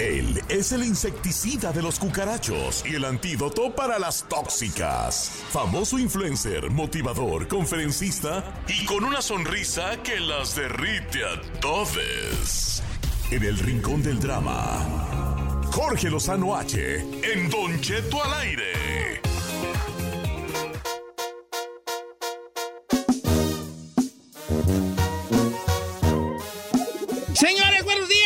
Él es el insecticida de los cucarachos y el antídoto para las tóxicas. Famoso influencer, motivador, conferencista y con una sonrisa que las derrite a todos. En el rincón del drama, Jorge Lozano H. En Don Cheto al aire. Señores, buenos días.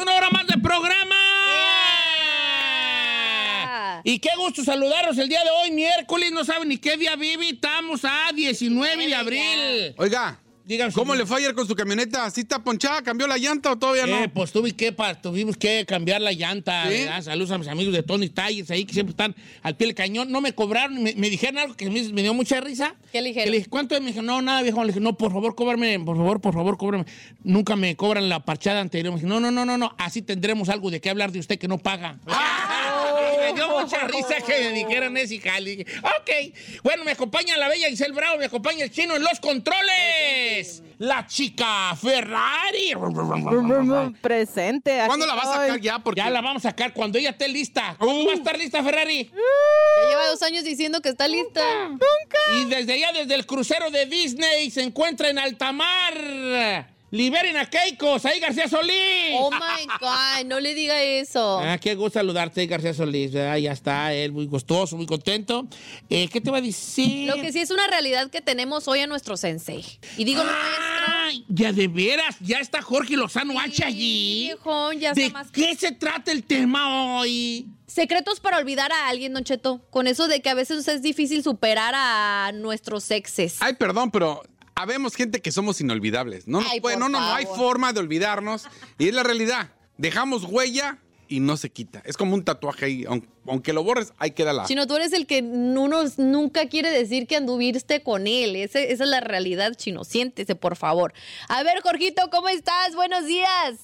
Una hora más de programa. Y qué gusto saludaros el día de hoy, miércoles. No saben ni qué día vive. Estamos a 19 de abril. Oiga, Díganme. ¿cómo le fue ayer con su camioneta? ¿Sí está ponchada? ¿Cambió la llanta o todavía Eh, no? pues tuve que, pa- tuvimos que cambiar la llanta. ¿Sí? ¿verdad? Saludos a mis amigos de Tony Talles ahí que siempre están al pie del cañón. No me cobraron, me, me dijeron algo que me, me dio mucha risa. ¿Qué le dijeron? Que dije, ¿cuánto? es? Me dijeron, no, nada, viejo. Le dije, no, por favor, cóbrame, por favor, por favor, cóbrame. Nunca me cobran la parchada anterior. Me dije, no, no, no, no, no. Así tendremos algo de qué hablar de usted que no paga. Me dio mucha risa que me dijeran ese jale. Dije, Ok. Bueno, me acompaña la bella Isel Bravo, me acompaña el chino en los controles. La chica Ferrari. Presente. aquí ¿Cuándo la va a sacar estoy. ya? Porque Uh. Ya la vamos a sacar cuando ella esté lista. ¿Cómo va a estar lista, Ferrari? Ya lleva dos años diciendo que está lista. Y desde allá, desde el crucero de Disney, se encuentra en Altamar. Liberen a Keiko, ahí García Solís. Oh my God, no le diga eso. Ah, qué gusto saludarte, García Solís. Ah, ya está, él muy gustoso, muy contento. Eh, ¿Qué te va a decir? Lo que sí es una realidad que tenemos hoy a nuestro sensei. Y digo, Ah, maestro. Ay, ya de veras, ya está Jorge Lozano sí, H allí. viejón, ya ¿De está más. qué se trata el tema hoy? Secretos para olvidar a alguien, Don Cheto. Con eso de que a veces es difícil superar a nuestros exes. Ay, perdón, pero habemos gente que somos inolvidables. No, nos Ay, puede- por no, no, no hay favor. forma de olvidarnos. Y es la realidad. Dejamos huella y no se quita. Es como un tatuaje ahí. Aunque, aunque lo borres, ahí queda Ah. la... Chino, tú eres el que uno nunca quiere decir que anduviste con él. Ese- esa es la realidad, Chino. Siéntese, por favor. A ver, Jorgito, ¿cómo estás? Buenos días.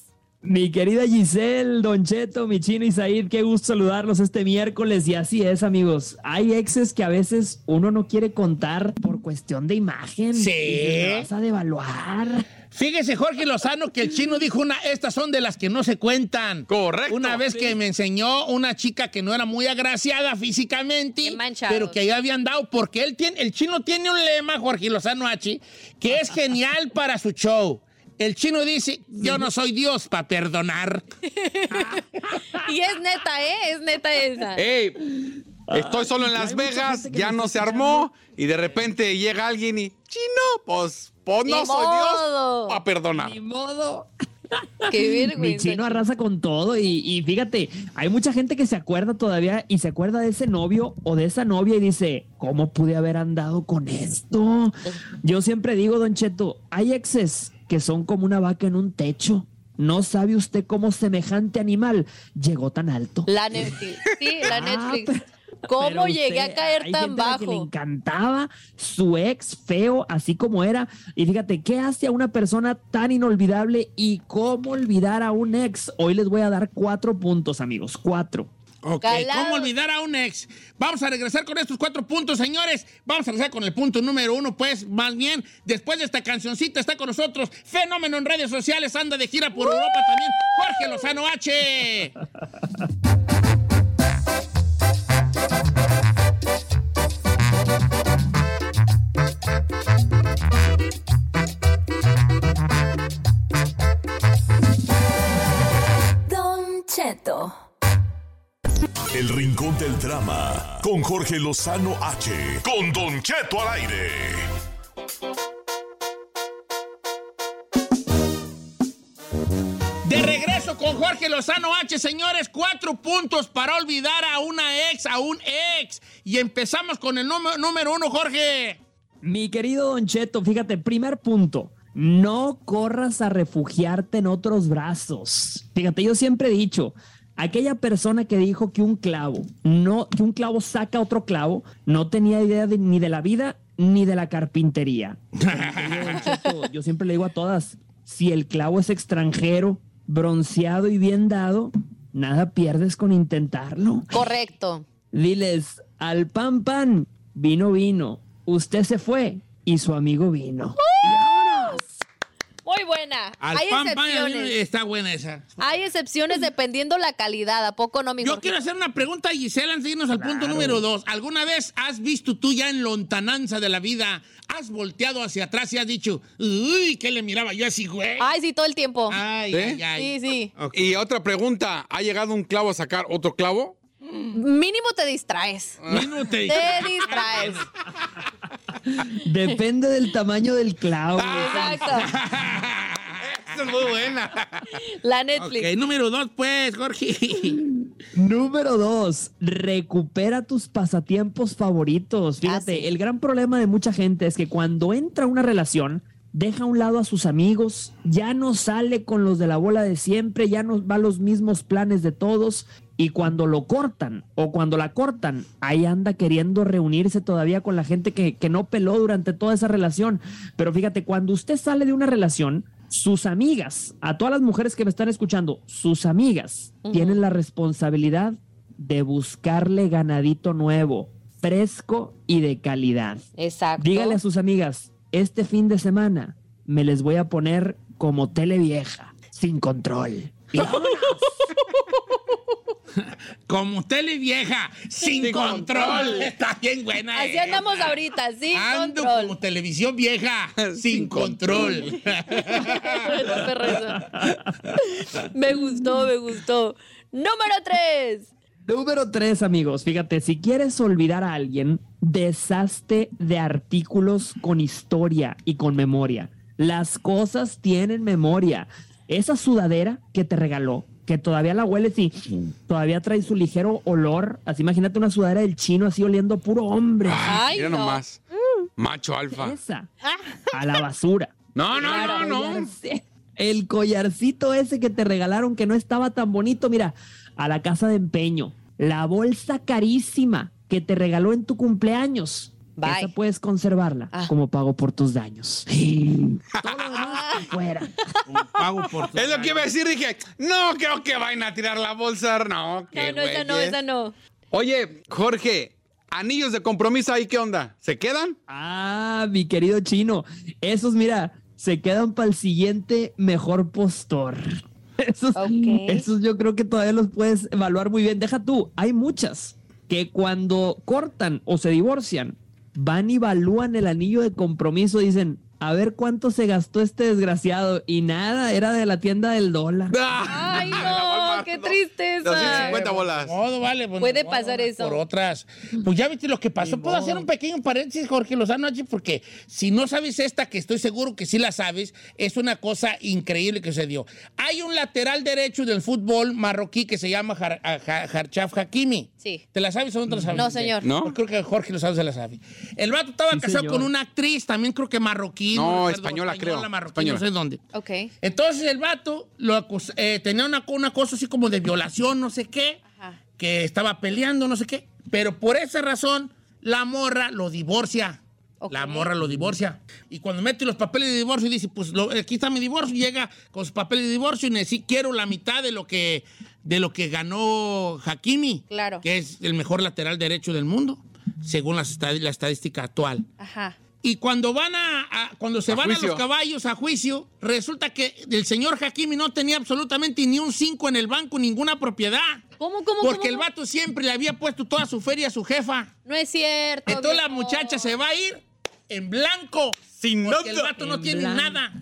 Mi querida Giselle, Don Cheto, mi chino y Said, qué gusto saludarlos este miércoles. Y así es, amigos. Hay exes que a veces uno no quiere contar por cuestión de imagen. Sí. Dices, "Me vas a devaluar. Fíjese, Jorge Lozano, que el chino dijo una, estas son de las que no se cuentan. Correcto. Una vez que me enseñó una chica que no era muy agraciada físicamente, Qué manchados. pero que ya habían dado, porque él tiene, el chino tiene un lema, Jorge Lozano H, que es genial para su show. El chino dice, yo no soy Dios para perdonar. Y es neta, ¿eh? Es neta esa. ¡Ey! Estoy solo en Las hay mucha Vegas, gente que ya me no está se armó. Y de repente llega alguien y... ¡Chino! Pues, pues no Ni soy modo. Dios a perdonar. modo. Qué Mi vergüenza. chino arrasa con todo. Y, y fíjate, hay mucha gente que se acuerda todavía y se acuerda de ese novio o de esa novia y dice, ¿cómo pude haber andado con esto? Yo siempre digo, Don Cheto, hay exes que son como una vaca en un techo. No sabe usted cómo semejante animal llegó tan alto. La Netflix. Sí, la Ah, Netflix. pero- ¿Cómo Pero llegué usted- a caer hay tan gente a la que le bajo? encantaba su ex feo, así como era. Y fíjate, ¿qué hace a una persona tan inolvidable y cómo olvidar a un ex? Hoy les voy a dar cuatro puntos, amigos. Cuatro. Ok, Calado. ¿cómo olvidar a un ex? Vamos a regresar con estos cuatro puntos, señores. Vamos a regresar con el punto número uno, pues, más bien, después de esta cancioncita está con nosotros Fenómeno en redes sociales, anda de gira por Europa también, Jorge Lozano H. Don Cheto. Cheto. El Rincón del Drama con Jorge Lozano H. Con Don Cheto al aire. De regreso con Jorge Lozano H, señores, cuatro puntos para olvidar a una ex, a un ex. Y empezamos con el número, número uno, Jorge. Mi querido Don Cheto, fíjate, primer punto. No corras a refugiarte en otros brazos. Fíjate, yo siempre he dicho, aquella persona que dijo que un clavo, no, que un clavo saca otro clavo, no tenía idea de- ni de la vida ni de la carpintería. Cheto, yo siempre le digo a todas, si el clavo es extranjero, bronceado y bien dado, nada pierdes con intentarlo. Correcto. Diles, al pan pan, vino vino, usted se fue y su amigo vino. Muy buena. Al Hay pan, pan, excepciones. está buena esa. Hay excepciones dependiendo la calidad, ¿a poco no, mi Yo Jorge? quiero hacer una pregunta a Gisela antes de irnos al punto Claro. número dos. ¿Alguna vez has visto tú ya en lontananza de la vida, has volteado hacia atrás y has dicho, uy, que le miraba yo así, güey? Ay, sí, todo el tiempo. Ay, ¿Sí? ay, ay. Sí, sí. Y otra pregunta, ¿ha llegado un clavo a sacar otro clavo? Mínimo te distraes. Mismo te digo. Te distraes. Depende del tamaño del clavo. Ah, Exacto. Esa es muy buena. La Ok, Netflix. número dos, pues, Jorge. Número dos, recupera tus pasatiempos favoritos. Fíjate, Ah, sí. el gran problema de mucha gente es que cuando entra a una relación, deja a un lado a sus amigos, ya no sale con los de la bola de siempre, ya no va a los mismos planes de todos. Y cuando lo cortan o cuando la cortan, ahí anda queriendo reunirse todavía con la gente que, que no peló durante toda esa relación. Pero fíjate, cuando usted sale de una relación, sus amigas, a todas las mujeres que me están escuchando, sus amigas Ujú. tienen la responsabilidad de buscarle ganadito nuevo, fresco y de calidad. Exacto. Dígale a sus amigas, este fin de semana me les voy a poner como tele vieja, sin control. Y vámonos. Como tele vieja, sin, Sin control. control. Está bien buena. Así eh. andamos ahorita, sí. Ando control. como televisión vieja, eh. sin, control. Está perro eso. me gustó, me gustó. Número tres. Número tres, amigos. Fíjate, si quieres olvidar a alguien, deshazte de artículos con historia y con memoria. Las cosas tienen memoria. Esa sudadera que te regaló, que todavía la hueles y todavía trae su ligero olor. Así imagínate una sudadera del chino así oliendo a puro hombre. Ay, Mira no. Mm. Ah. nomás. Macho alfa. Esa. A la basura. No, no, Claro, no, no. El collarcito ese que te regalaron que no estaba tan bonito, mira, a la casa de empeño. La bolsa carísima que te regaló en tu cumpleaños. Bye. Esa puedes conservarla Ah. como pago por tus daños. Todo lo demás fuera. Pago por tu- Es lo que iba a decir, dije, no creo que vayan a tirar la bolsa. No, No, qué no, esa no, güeyes. esa no. Oye, Jorge, anillos de compromiso ahí, ¿qué onda? ¿Se quedan? Ah, mi querido chino. Esos, mira, se quedan para el siguiente mejor postor. Esos, Ok. esos yo creo que todavía los puedes evaluar muy bien. Deja tú, hay muchas que cuando cortan o se divorcian, van y evalúan el anillo de compromiso, dicen, a ver cuánto se gastó este desgraciado. Y nada, era de la tienda del dólar. Ah, Ay, De la no, Walmart, qué no. tristeza. 250 bolas. Todo vale. pues, Puede no, pasar unas eso. Por otras. Pues ya viste lo que pasó. Ni Puedo modo. hacer un pequeño paréntesis, Jorge Lozano, H? porque si no sabes esta, que estoy seguro que sí la sabes, es una cosa increíble que se dio. Hay un lateral derecho del fútbol marroquí que se llama Har- a- Har- Harchaf Hakimi. Sí. ¿Te la sabes o no te la sabes? Mm, No, señor. ¿No? Pues creo que Jorge Lozano se la sabe. El vato estaba Sí, casado señor. con una actriz, también creo que marroquí. No, recuerdo, española, creo. marroquí, Española. no sé dónde. Ok. Entonces el vato lo acus- eh, tenía una, co- una cosa así como de violación, no sé qué, Ajá. que estaba peleando, no sé qué. Pero por esa razón, la morra lo divorcia. Ok. La morra lo divorcia. Y cuando mete los papeles de divorcio y dice, pues lo- aquí está mi divorcio, y llega con sus papeles de divorcio y dice, quiero la mitad de lo que, de lo que ganó Hakimi, Claro. que es el mejor lateral derecho del mundo, según las estad- la estadística actual. Ajá. Y cuando van a, a- cuando se A van a juicio. los caballos a juicio, resulta que el señor Hakimi no tenía absolutamente ni un 5 en el banco, ninguna propiedad. ¿Cómo, cómo, Porque cómo, el cómo? vato siempre le había puesto toda su feria a su jefa. No es cierto. Entonces la viejo. muchacha se va a ir en blanco. Sin porque el nada. vato no En tiene blanco. nada.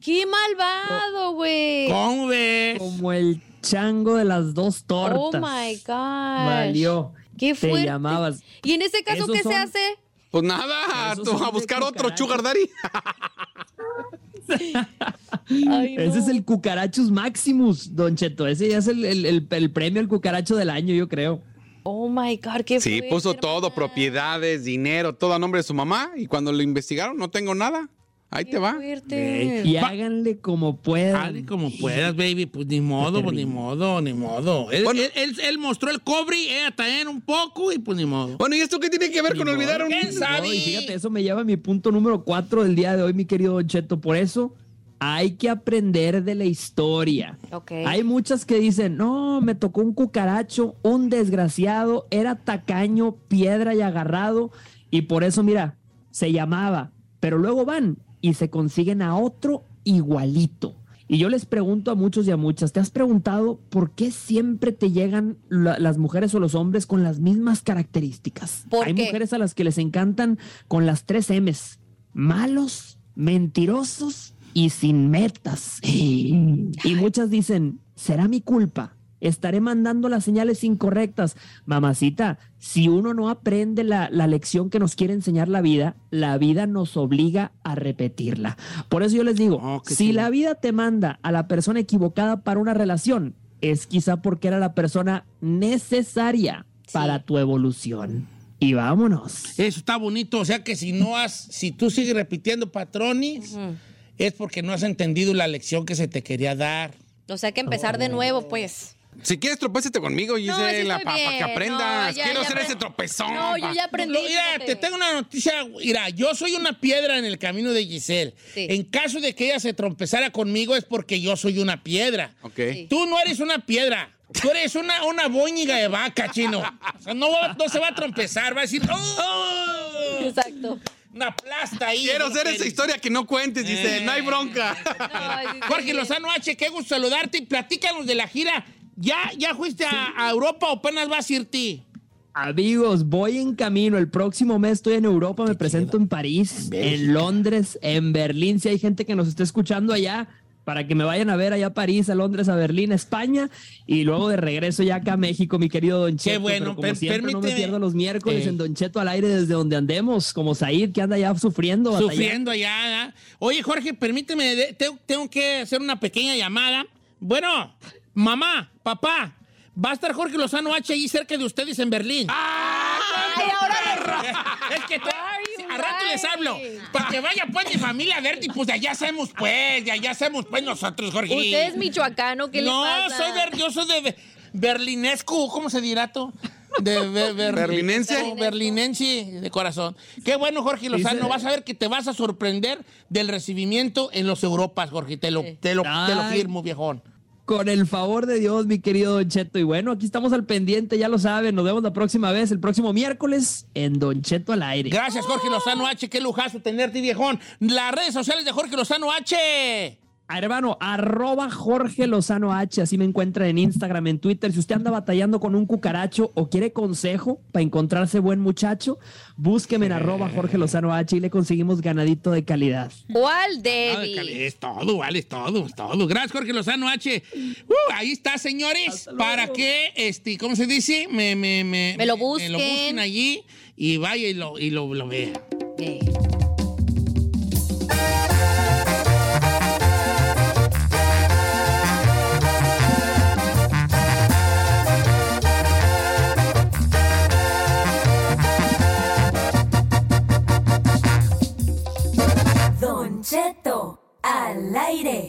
¡Qué malvado, güey! ¿Cómo ves? Como el chango de las dos Oh tortas. my God. Valió. Qué Te fuerte. llamabas. Y en ese caso, Esos ¿qué son- se hace? Pues nada, Esos tú son a de buscar otro cucarachas. sugar daddy. Ay, no. Ese es el Cucarachus Maximus, Don Cheto. Ese ya es el, el- el- el premio al cucaracho del año, yo creo. Oh my God, qué Sí, pues, fuerte, puso hermana. todo, propiedades, dinero, todo a nombre de su mamá. Y cuando lo investigaron, no tengo nada. Ahí Qué te va. fuerte. Y Va- háganle como puedan. Hazle como puedas, baby. Pues ni modo, pues ni modo, ni modo. Él, Bueno. él- él- él mostró el cobre, ella también un poco, y pues ni modo. Bueno, ¿y esto qué tiene que ver con olvidar un... ¿Quién sabe? No, y fíjate, eso me lleva a mi punto número cuatro del día de hoy, mi querido Don Cheto. Por eso hay que aprender de la historia. Ok. Hay muchas que dicen, no, me tocó un cucaracho, un desgraciado, era tacaño, piedra y agarrado, y por eso, mira, se llamaba. Pero luego van y se consiguen a otro igualito. Y yo les pregunto a muchos y a muchas, ¿te has preguntado por qué siempre te llegan la- las mujeres o los hombres con las mismas características? ¿Por Hay qué? mujeres a las que les encantan con las tres M's, malos, mentirosos y sin metas. Y muchas dicen, será mi culpa. Estaré mandando las señales incorrectas. Mamacita, si uno no aprende la, la lección que nos quiere enseñar la vida, la vida nos obliga a repetirla. Por eso yo les digo, Oh, qué si chulo. la vida te manda a la persona equivocada para una relación, es quizá porque era la persona necesaria para tu evolución. Y vámonos. Eso está bonito. O sea que si no has, si tú sigues repitiendo patrones, es porque no has entendido la lección que se te quería dar. O sea, que empezar Oh. de nuevo, pues. Si quieres, tropézate conmigo, No, Gisela, sí estoy para que bien. No, aprendas. ya- Quiero ya ser aprendí. ese tropezón. No, yo pa. ya aprendí. Lo- mira, fíjate. te tengo una noticia. Mira, yo soy una piedra en el camino de Giselle. Sí. En caso de que ella se trompezara conmigo es porque yo soy una piedra. Ok. Sí. Tú no eres una piedra. Tú eres una, una boñiga de vaca, chino. O sea, no, va- no se va a trompezar. Va a decir, ¡Oh! Exacto. Una plasta ahí. Quiero No ser quieres. esa historia que no cuentes, dice, Eh. no hay bronca. No, sí, sí, Jorge sí. Lozano H, qué gusto saludarte y platícanos de la gira. ¿Ya, ya fuiste a, a Europa o apenas vas a irte? Amigos, voy en camino. El próximo mes estoy en Europa, me presento en París, en Londres, en Berlín. Si hay gente que nos esté escuchando allá, para que me vayan a ver allá a París, a Londres, a Berlín, a España, y luego de regreso ya acá a México, mi querido Don Cheto. bueno, Pero como per- siempre, no me permíteme. pierdo los miércoles Eh. en Don Cheto al aire desde donde andemos, como Said que anda ya sufriendo. batallando. Sufriendo allá. ¿verdad? Oye, Jorge, permíteme, de- te- tengo que hacer una pequeña llamada. Bueno, mamá, papá, va a estar Jorge Lozano H ahí cerca de ustedes en Berlín. Ay, ahora me- Es que to- Ay, a rato güey. les hablo. Para que vaya pues mi familia a verte y pues de allá hacemos pues, de allá hacemos pues nosotros, Jorge. Usted es michoacano, ¿qué no, le pasa? soy ver- yo soy de be- berlinesco, ¿cómo se dirá tú? De be- ber- ¿Berlinense? No, berlinense de corazón. Qué bueno, Jorge Lozano. Vas a ver que te vas a sorprender del recibimiento en los Europas, Jorge. Te lo, te lo, te lo Ay. firmo, viejón. Con el favor de Dios, mi querido Don Cheto. Y bueno, aquí estamos al pendiente, ya lo saben. Nos vemos la próxima vez, el próximo miércoles, en Don Cheto al aire. Gracias, Jorge Lozano H. Qué lujazo tenerte, viejón. Las redes sociales de Jorge Lozano H. Ah, Hermano, arroba Jorge Lozano H, así me encuentra en Instagram, en Twitter. Si usted anda batallando con un cucaracho o quiere consejo para encontrarse buen muchacho, búsqueme en arroba Jorge Lozano H y le conseguimos ganadito de calidad. ¿Cuál, Ah, Cali, Debbie? Es todo, vale, es todo, es todo. Gracias, Jorge Lozano H. Uh, ahí está, señores. Para que, este, ¿cómo se dice? Me, me, Me me, lo Me lo busquen busquen allí y vaya y lo, y lo, lo vea. Eh. Don Cheto, al aire.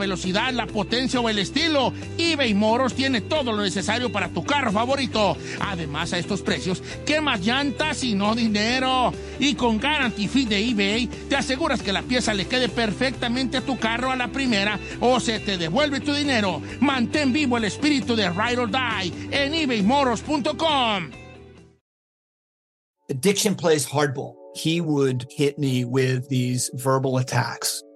velocidad, la potencia o el estilo, eBay Moros tiene todo lo necesario para tu carro favorito. Además, a estos precios, ¿qué más llantas y no dinero? Y con Guarantee Fee de eBay, te aseguras que la pieza le quede perfectamente a tu carro a la primera o se te devuelve tu dinero. Mantén vivo el espíritu de Ride or Die en ebaymoros.com. Addiction plays hardball. He would hit me with these verbal attacks.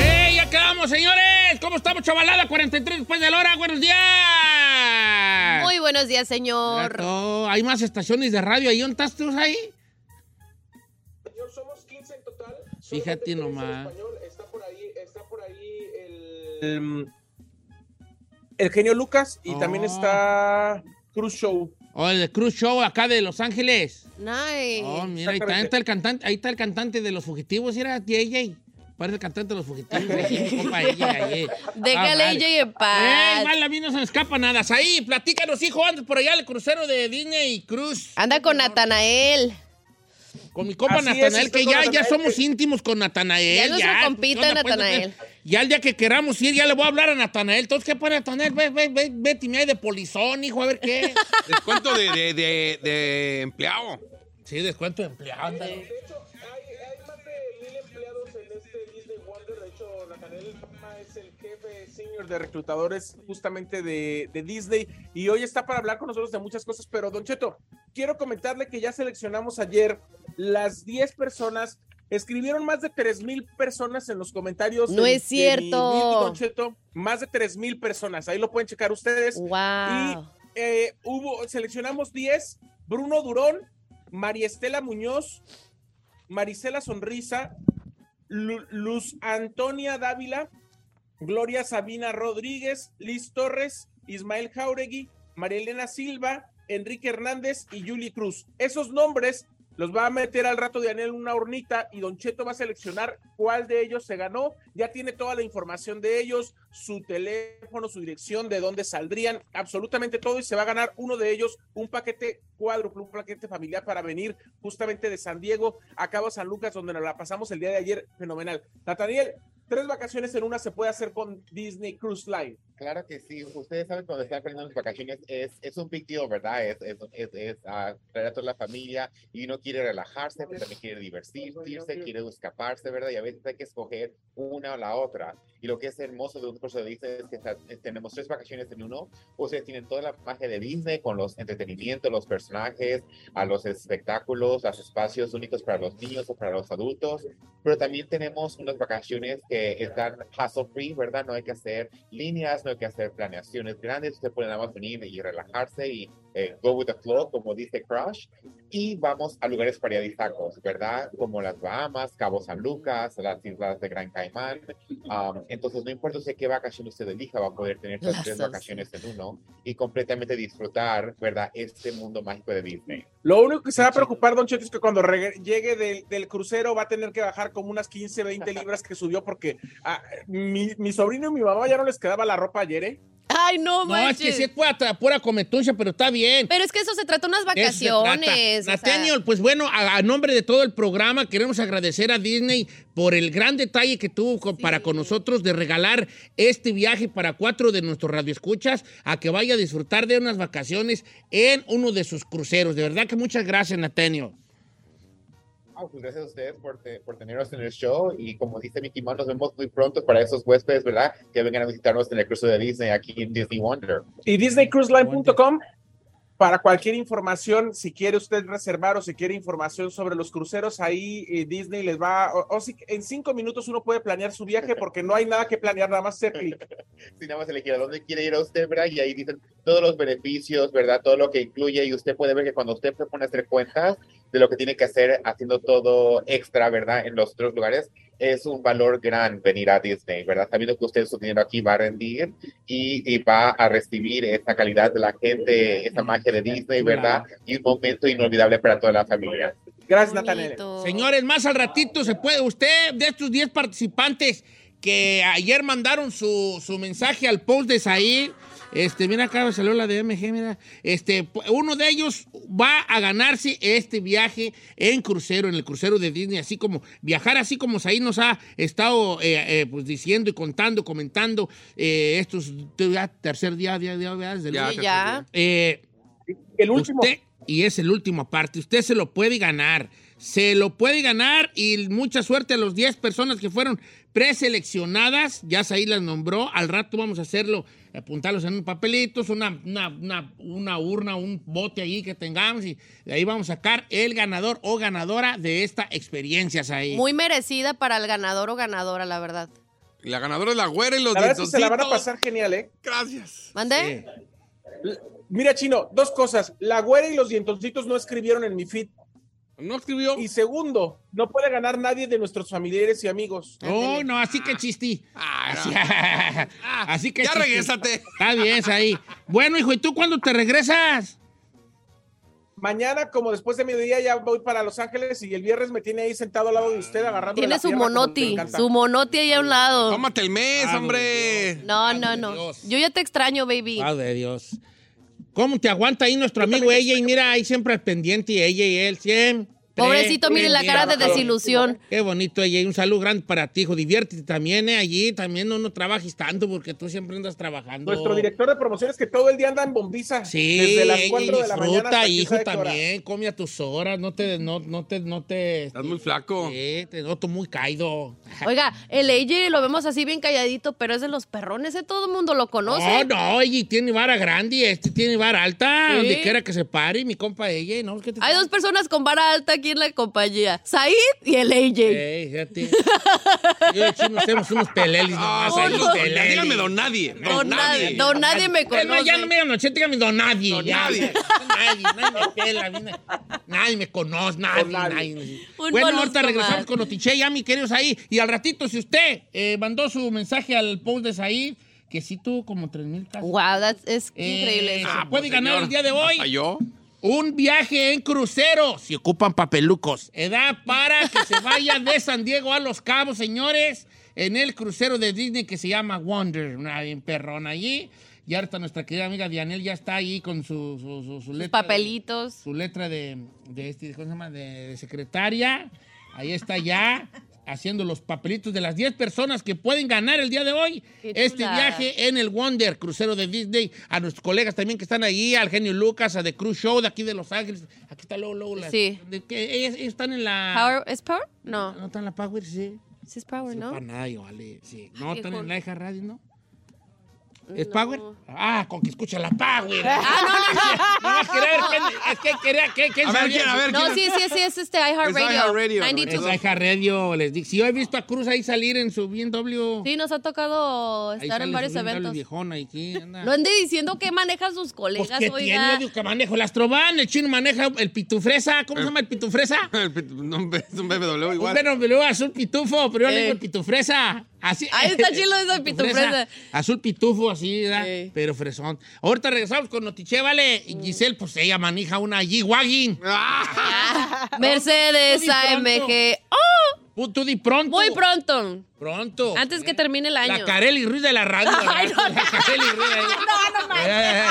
¡Ey! ¡Ya quedamos, señores! ¿Cómo estamos, chavalada? 43 después de la hora. ¡Buenos días! Muy buenos días, señor. Oh, ¿Hay más estaciones de radio ahí? ¿Dónde estás tú ahí? Fíjate nomás. El, el genio Lucas y también está Cruz Show. Oh, el de Cruz Show acá de Los Ángeles. Nice. Oh, mira, ahí está, ahí está el cantante, ahí está el cantante de los fugitivos, era DJ. Parece el cantante de los fugitivos. Compa, ella, ella. Déjale Ah, vale. ella en paz. ¡Ey, mal, a mí no se me escapa nada! Ahí, platícanos, hijo, antes por allá el crucero de Disney Cruz. Anda con Natanael. Con mi compa Así es, Natanael, estoy que con ya, ya Natanael, somos íntimos con Natanael. Ya es nuestro compita, ¿qué onda, pues, Natanael? Ya el día que queramos ir, ya le voy a hablar a Natanael. Entonces, ¿qué para Natanael? Ve, ve, ve, ve, timea de polizón, hijo, a ver qué. Descuento de, de, de- de empleado. Sí, descuento de empleado. Senior de reclutadores justamente de, de Disney y hoy está para hablar con nosotros de muchas cosas, pero Don Cheto, quiero comentarle que ya seleccionamos ayer las 10 personas, escribieron más de 3 mil personas en los comentarios. No de- es de mi reel, cierto. Don Cheto, más de 3 mil personas, ahí lo pueden checar ustedes. Wow. Y eh, hubo, seleccionamos 10, Bruno Durón, María Estela Muñoz, Marisela Sonrisa, Lu- Luz Antonia Dávila, Gloria Sabina Rodríguez, Liz Torres, Ismael Jauregui, María Elena Silva, Enrique Hernández y Yuli Cruz. Esos nombres los va a meter al rato de Anel en una hornita y Don Cheto va a seleccionar cuál de ellos se ganó. Ya tiene toda la información de ellos, su teléfono, su dirección, de dónde saldrían, absolutamente todo y se va a ganar uno de ellos un paquete cuádruple, un paquete familiar para venir justamente de San Diego a Cabo San Lucas, donde nos la pasamos el día de ayer. Fenomenal. Nathaniel, Tres vacaciones en una se puede hacer con Disney Cruise Line. Claro que sí, ustedes saben cuando están aprendiendo las vacaciones es, es un big deal, ¿verdad? Es, es, es, es, ah, traer a toda la familia y uno quiere relajarse, pero también quiere divertirse, quiere escaparse, ¿verdad? Y a veces hay que escoger una o la otra. Y lo que es hermoso de un curso de Disney es que está- es- tenemos tres vacaciones en uno. Ustedes tienen toda la magia de Disney con los entretenimientos, los personajes, a los espectáculos, los espacios únicos para los niños o para los adultos, pero también tenemos unas vacaciones que están hassle free, ¿verdad? No hay que hacer líneas, no hay que hacer planeaciones grandes, usted puede nada más venir y relajarse y eh, go with the flow, como dice Crush, y vamos a lugares paradisíacos, ¿verdad? Como las Bahamas, Cabo San Lucas, las islas de Gran Caimán. Um, entonces, no importa usted qué vacación usted elija, va a poder tener estas Las tres islas. vacaciones en uno y completamente disfrutar, ¿verdad? Este mundo mágico de Disney. Lo único que se va a preocupar, Don Cheto, es que cuando reg- llegue del, del crucero va a tener que bajar como unas 15, 20 libras que subió porque ah, mi, mi sobrino y mi mamá ya no les quedaba la ropa ayer, ¿eh? Ay, no, No, es que manches. sí es pura, pura cometucha, pero está bien. Pero es que eso se trata unas De eso se trata. vacaciones. o sea. Nathaniel, pues bueno, a, a nombre de todo el programa queremos agradecer a Disney por el gran detalle que tuvo con- para con nosotros de regalar este viaje para cuatro de nuestros radioescuchas a que vaya a disfrutar de unas vacaciones en uno de sus cruceros. De verdad que muchas gracias, Nathaniel. Ah, pues gracias a ustedes por, te- por tenernos en el show y como dice Mickey Mouse, nos vemos muy pronto para esos huéspedes, ¿verdad? Que vengan a visitarnos en el curso de Disney aquí en Disney Wonder. Y DisneyCruiseLine.com para cualquier información, si quiere usted reservar o si quiere información sobre los cruceros, ahí eh, Disney les va, o, o si- en cinco minutos uno puede planear su viaje porque no hay nada que planear, nada más hacer clic. Si nada más elegir a dónde quiere ir a usted, ¿verdad? Y ahí dicen todos los beneficios, ¿verdad? Todo lo que incluye y usted puede ver que cuando usted se pone a hacer cuentas, de lo que tiene que hacer haciendo todo extra, ¿verdad? En los otros lugares, es un valor gran venir a Disney, ¿verdad? Sabiendo que usted su dinero aquí va a rendir y, y va a recibir esa calidad de la gente, esa magia de Disney, ¿verdad? Y un momento inolvidable para toda la familia. Gracias, Natanel. Señores, más al ratito se puede. Usted, de estos 10 participantes que ayer mandaron su, su mensaje al post de Saí, este, mira acá me salió la de MG, mira. Este, uno de ellos va a ganarse este viaje en crucero, en el crucero de Disney, así como viajar, así como Saí nos ha estado eh, eh, pues, diciendo y contando, comentando eh, estos ya, tercer día, día, día, día desde Ya, luego. ya. Eh, el último. y es el último aparte. Usted se lo puede ganar. Se lo puede ganar y mucha suerte a los 10 personas que fueron preseleccionadas. Ya ahí las nombró. Al rato vamos a hacerlo, apuntarlos en un papelito, es una, una, una- una urna, un bote ahí que tengamos y de ahí vamos a sacar el ganador o ganadora de esta experiencia, ahí. Muy merecida para el ganador o ganadora, la verdad. Y La ganadora es la güera y los La verdad es que se la van a dientoncitos. pasar genial, ¿eh? Gracias. ¿Mandé? Mira, Chino, dos cosas. La güera y los dientoncitos no escribieron en mi feed. No escribió. Y segundo, no puede ganar nadie de nuestros familiares y amigos. Oh, no, así que chistí. Ah, Así, así que. Ya chistí. regrésate. Está bien, ahí. Bueno, hijo, ¿y tú cuándo te regresas? Mañana, como después de mediodía, ya voy para Los Ángeles y el viernes me tiene ahí sentado al lado de usted agarrando. Tiene su monoti, su monoti ahí a un lado. Tómate el mes, hombre. No, no, no. Yo ya te extraño, baby. Padre Ah, de Dios. ¿Cómo te aguanta ahí nuestro amigo ella? Y mira, ahí siempre al pendiente, y ella y él, siempre. Pobrecito, mire la cara de pendiente. desilusión. Qué bonito, ella. Y un saludo grande para ti, hijo. Diviértete también, eh, allí. También no, no trabajes tanto porque tú siempre andas trabajando. Nuestro director de promociones que todo el día anda en bombiza. Sí, desde las ella 4 de la disfruta, mañana. hasta quién hijo, sabe qué hora. también. Come a tus horas. No te, no, no te, no te. Estás muy flaco. Sí, te noto muy caído. Oiga, el AJ lo vemos así bien calladito, pero es de los perrones, ¿eh? todo el mundo lo conoce. No, no, ella tiene vara grande y este tiene vara alta, Sí. donde quiera que se pare, mi compa ella, ¿no? ¿Qué te Hay dos personas con vara alta aquí en la compañía, Said y el AJ. Ey, fíjate. Yo y el chino hacemos unos pelelis nomás, ahí, Ay, unos don- pelelis. dígame don nadie. Don, Don nadie. nadie, don nadie me Eh, no, ya conoce. no me digan noche, dígame don nadie. ya. nadie. nadie, nadie me pela, nadie- nadie me conoce, nadie, Don nadie. nadie. Un Bueno, molusco ahorita regresamos más. con Notiche, ya, mis queridos ahí. Y al ratito, si usted eh, mandó su mensaje al post de Said, que sí tuvo como 3 mil casos. Wow, that's- es increíble eso. Ah, Pues, puede ganar el día de hoy. ¿Hasta yo? Un viaje en crucero, si ocupan papelucos. Edad para que se vaya de San Diego a Los Cabos, señores, en el crucero de Disney que se llama Wonder, una bien perrona allí. Y ahorita nuestra querida amiga Dianel ya está ahí con su, su, su- su letra. papelitos. Su letra de, de este, ¿cómo se llama? De, de secretaria. Ahí está ya haciendo los papelitos de las 10 personas que pueden ganar el día de hoy Qué este chulada. viaje en el Wonder, crucero de Disney, a nuestros colegas también que están ahí, al genio Lucas, a The Cruise Show de aquí de Los Ángeles. Aquí está luego, luego la- Sí. de que ellas- ellos están en la. Power- ¿Es Power? No. No está en la Power, sí. Sí es Power, Sí, ¿no? Para nadie, vale. Sí. No, Ay, están viejo. en la Eja Radio, ¿no? ¿Es Power? Ah, con que escucha la Power. Ah, no, no, no. Nomás quería ver quién- es que quería que, que A ver, ¿quién, a ver, No, quién? sí, sí, sí, es este iHeartRadio. Es iHeartRadio. 92. Es iHeartRadio, les digo. Si yo he visto a Cruz ahí salir en su BMW. Sí, nos ha tocado Ahí estar sale en varios su BMW eventos. viejona y aquí anda. No ande diciendo que manejan sus Pues, colegas, ¿qué tiene? oiga. Yo digo que manejo el Astroban, el chino maneja el pitufresa. ¿Cómo se llama el pitufresa? El pit- no, es un BMW Un igual. BMW azul pitufo, pero yo le Eh. digo el pitufresa. Así, Ahí está chilo Pues ese pitufresa. Azul pitufo, así, ¿verdad? Pero fresón. Ahorita regresamos con Notiche, ¿vale? Y Giselle, pues ella maneja una G-Wagon. Mercedes, Tú di pronto. AMG. ¡Oh! Tú di pronto. Muy pronto. Pronto. Antes que termine el año. La Carelli Ruiz de la radio. Ay, no, La Carelli Ruiz de la- Eh,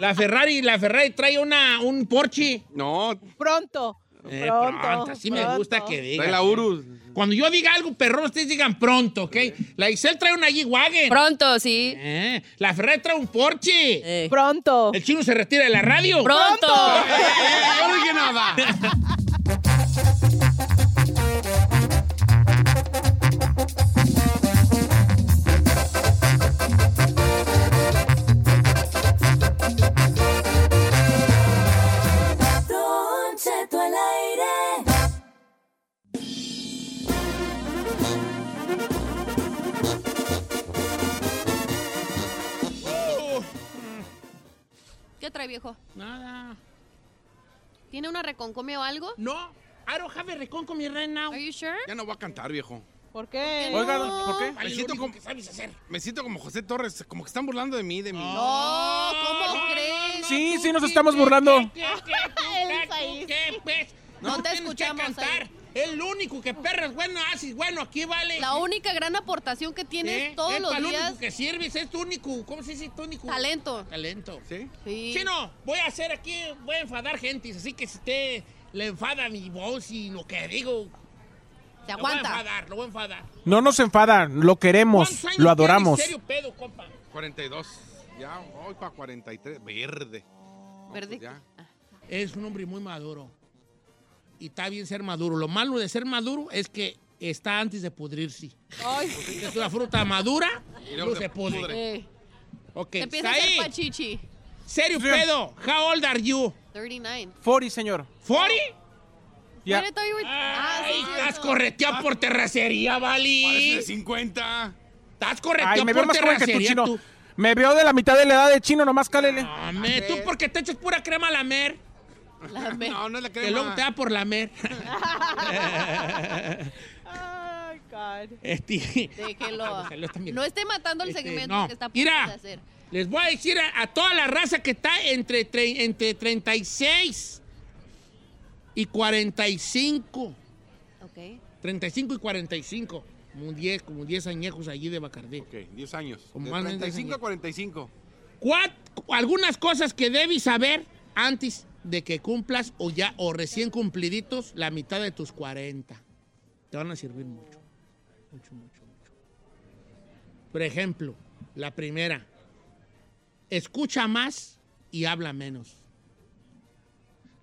La Ferrari, la Ferrari trae una, un Porsche. No. Pronto. Eh, pronto, Pronto, Así me pronto. gusta que digas. Trae la eh. Urus. Cuando yo diga algo, perro, ustedes digan pronto, ¿ok? La Isel trae una G-Wagen. Pronto, sí. Eh. La Ferrari trae un Porsche. Pronto. El chino se retira de la radio. Pronto. Eh, eh, yo no dije nada. Don Cheto al aire. ¿Qué trae, viejo? Nada. ¿Tiene una reconcomia o algo? No. I don't have a reconcomia right now. Are you sure? Ya no voy a cantar, viejo. ¿Por Eh, qué? Oiga, ¿por qué? Ay, Me lo siento, único como, que sabes hacer. me siento como José Torres, como que están burlando de mí, de mí. No, ¿cómo crees? sí, sí, nos estamos burlando. Él es ahí. ¿Qué, pues? No te tienes que escuchamos, cantar. ahí. El único que perras bueno haces, bueno, aquí vale. La única gran aportación que tienes ¿Eh? todos Es los pa' lo días. único que sirves, es tu único, ¿cómo se dice? Tu único. Talento. Talento. ¿Sí? Sí. Chino, voy a hacer aquí, voy a enfadar gente, así que si te le enfada mi voz y lo que digo, Se lo voy a aguanta. enfadar, lo voy a enfadar. No nos enfadan, lo queremos, ¿Cuántos años Pues, lo adoramos. tienes? serio pedo, compa? 42. Ya, hoy para 43. Verde. No, Verde. pues ya. Ah. Es un hombre muy maduro. Y está bien ser maduro. Lo malo de ser maduro es que está antes de pudrirse. Es una fruta madura, Y luego no se se pudre. pudre. Eh, Ok, te empieza a está hacer ahí. pachichi. Serio pedo. How old are you? 39. 40, señor. ¿40? Ya. Mira, todavía voy- Ah, sí, Ay, cierto. estás correteado por terracería, Parece de Vali. 50. Estás correteado Ay, me veo por más joven que tú, terracería. chino. Tú, Ah, Me veo de la mitad de la edad de chino, nomás cálele. Ame, tú porque te echas pura crema lamer. La me- No, no es la Que luego crema. te da por lamer. Ay, God. este, Déjelo. Salió también. No esté matando el Este, segmento no. que está a punto Mira. de hacer. Les voy a decir a, a toda la raza que está entre, tre- entre 36 y 45. Ok. 35 y 45. Como 10, como 10 añejos allí de Bacardí. Ok, 10 años. Como De más de 35 10 a 45. Cuat- algunas cosas que debes saber antes de que cumplas o ya o recién cumpliditos la mitad de tus 40. Te van a servir mucho. Mucho, mucho, mucho. Por ejemplo, la primera. Escucha más y habla menos.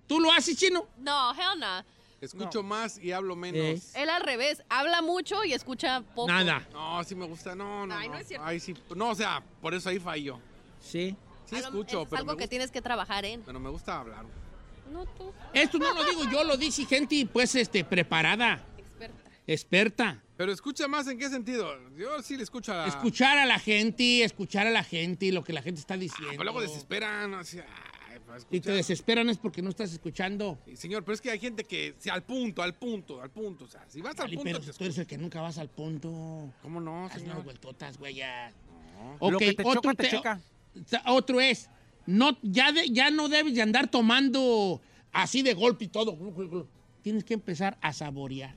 ¿Tú lo haces, chino? No, hell no. Escucho más y hablo menos. Él al revés. Habla mucho y escucha poco. Eh, Nada. No, sí me gusta. No, no. Ay, no no es cierto. Ay, sí. No, o sea, por eso ahí fallo. Sí. Sí A lo- escucho, eso es pero algo me, que gusta, tienes que trabajar en. pero me gusta hablar. No tú, Esto no lo digo yo, lo dice gente pues este preparada, experta. experta. Pero escucha más en qué sentido. Yo sí le escucho a la... Escuchar a la gente, escuchar a la gente y lo que la gente está Ah, diciendo. pero luego desesperan. Así, ay, para Y te escuchar. desesperan es porque no estás escuchando. Sí, Señor, pero es que hay gente que sí, al punto, al punto, al punto. O sea, si vas al Ali, punto, pero te tú eres el que nunca vas al punto. ¿Cómo no, Haz unas señor? vueltotas, güey, ya. Lo que te choca, te te- checa. o- otro es, no, ya, de- ya no debes de andar tomando así de golpe y todo. Tienes que empezar a saborear.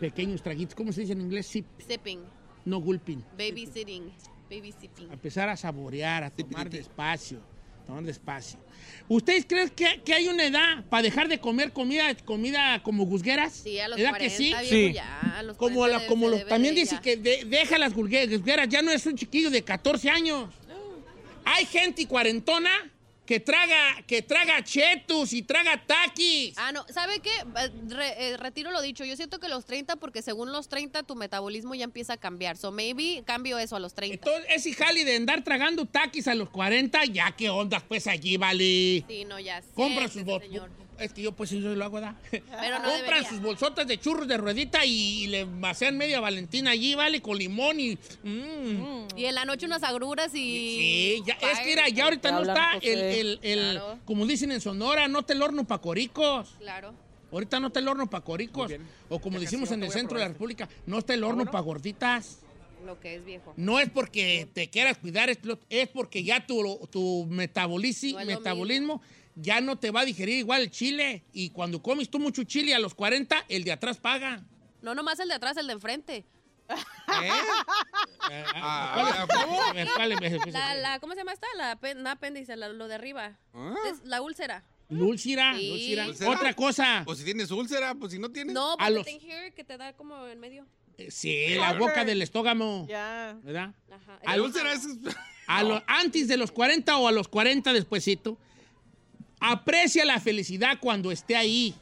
Pequeños traguitos. ¿Cómo se dice en inglés? Sip, Sipping. no gulping. Babysitting. Babysitting. a empezar a saborear, a tomar despacio, tomar despacio. ¿Ustedes creen que, que hay una edad para dejar de comer comida, comida como guzgueras? Sí, a los ¿Edad 40 que sí? viejo, Sí. ya. A los Como, 40 la, de- como se los- debe también de dice ya. que de- deja las gulgue- guzgueras, ya no es un chiquillo de 14 años. Hay gente cuarentona que traga, que traga chetos y traga taquis. Ah, no, ¿sabe qué? Eh, re- eh, retiro lo dicho. Yo siento que los 30, porque según los 30, tu metabolismo ya empieza a cambiar. So maybe cambio eso a los 30. Entonces, ese jali de andar tragando taquis a los 40, ya qué onda, pues allí, vale. sí, no, ya. sé, Compra sí, sus bol- señor. Es que yo pues yo lo hago, ¿verdad? Pero no Compran debería. sus bolsotas de churros de ruedita y, y le macean media valentina allí, ¿vale? Con limón y... mm. Y en la noche unas agruras y. Sí, ya, es que mira, ya ahorita Te no hablan, está el, José. el- el- Claro. como dicen en Sonora, no está el horno pa' coricos. Claro. Ahorita no está el horno pa' coricos. Muy bien. O Ya como casi decimos no en te el voy a centro de la probar República, no está el horno pa' gorditas. Lo que es viejo. No es porque te quieras cuidar, es lo- es porque ya tu, tu metabolici- No es lo metabolismo ya no te va a digerir igual el chile. Y cuando comes tú mucho chile a los 40, el de atrás paga. No nomás el de atrás, el de enfrente. ¿Eh? Ah, A ver, ¿cuál es? La, la, ¿Cómo se llama esta? La apen- no apéndice, la- lo de arriba. ¿Ah? Es la úlcera. Lúlcira, Sí. lúlcira. ¿Lúlcira? Otra cosa. Pues si tienes úlcera, pues si no tienes. No, ¿Eh? A porque los- ten here que te da como en medio. Eh, Sí, la boca del estógamo. Ya. ¿Verdad? Ajá. A La los- úlcera es. A lo- antes de los 40 o a los 40 despuesito, aprecia la felicidad cuando esté ahí.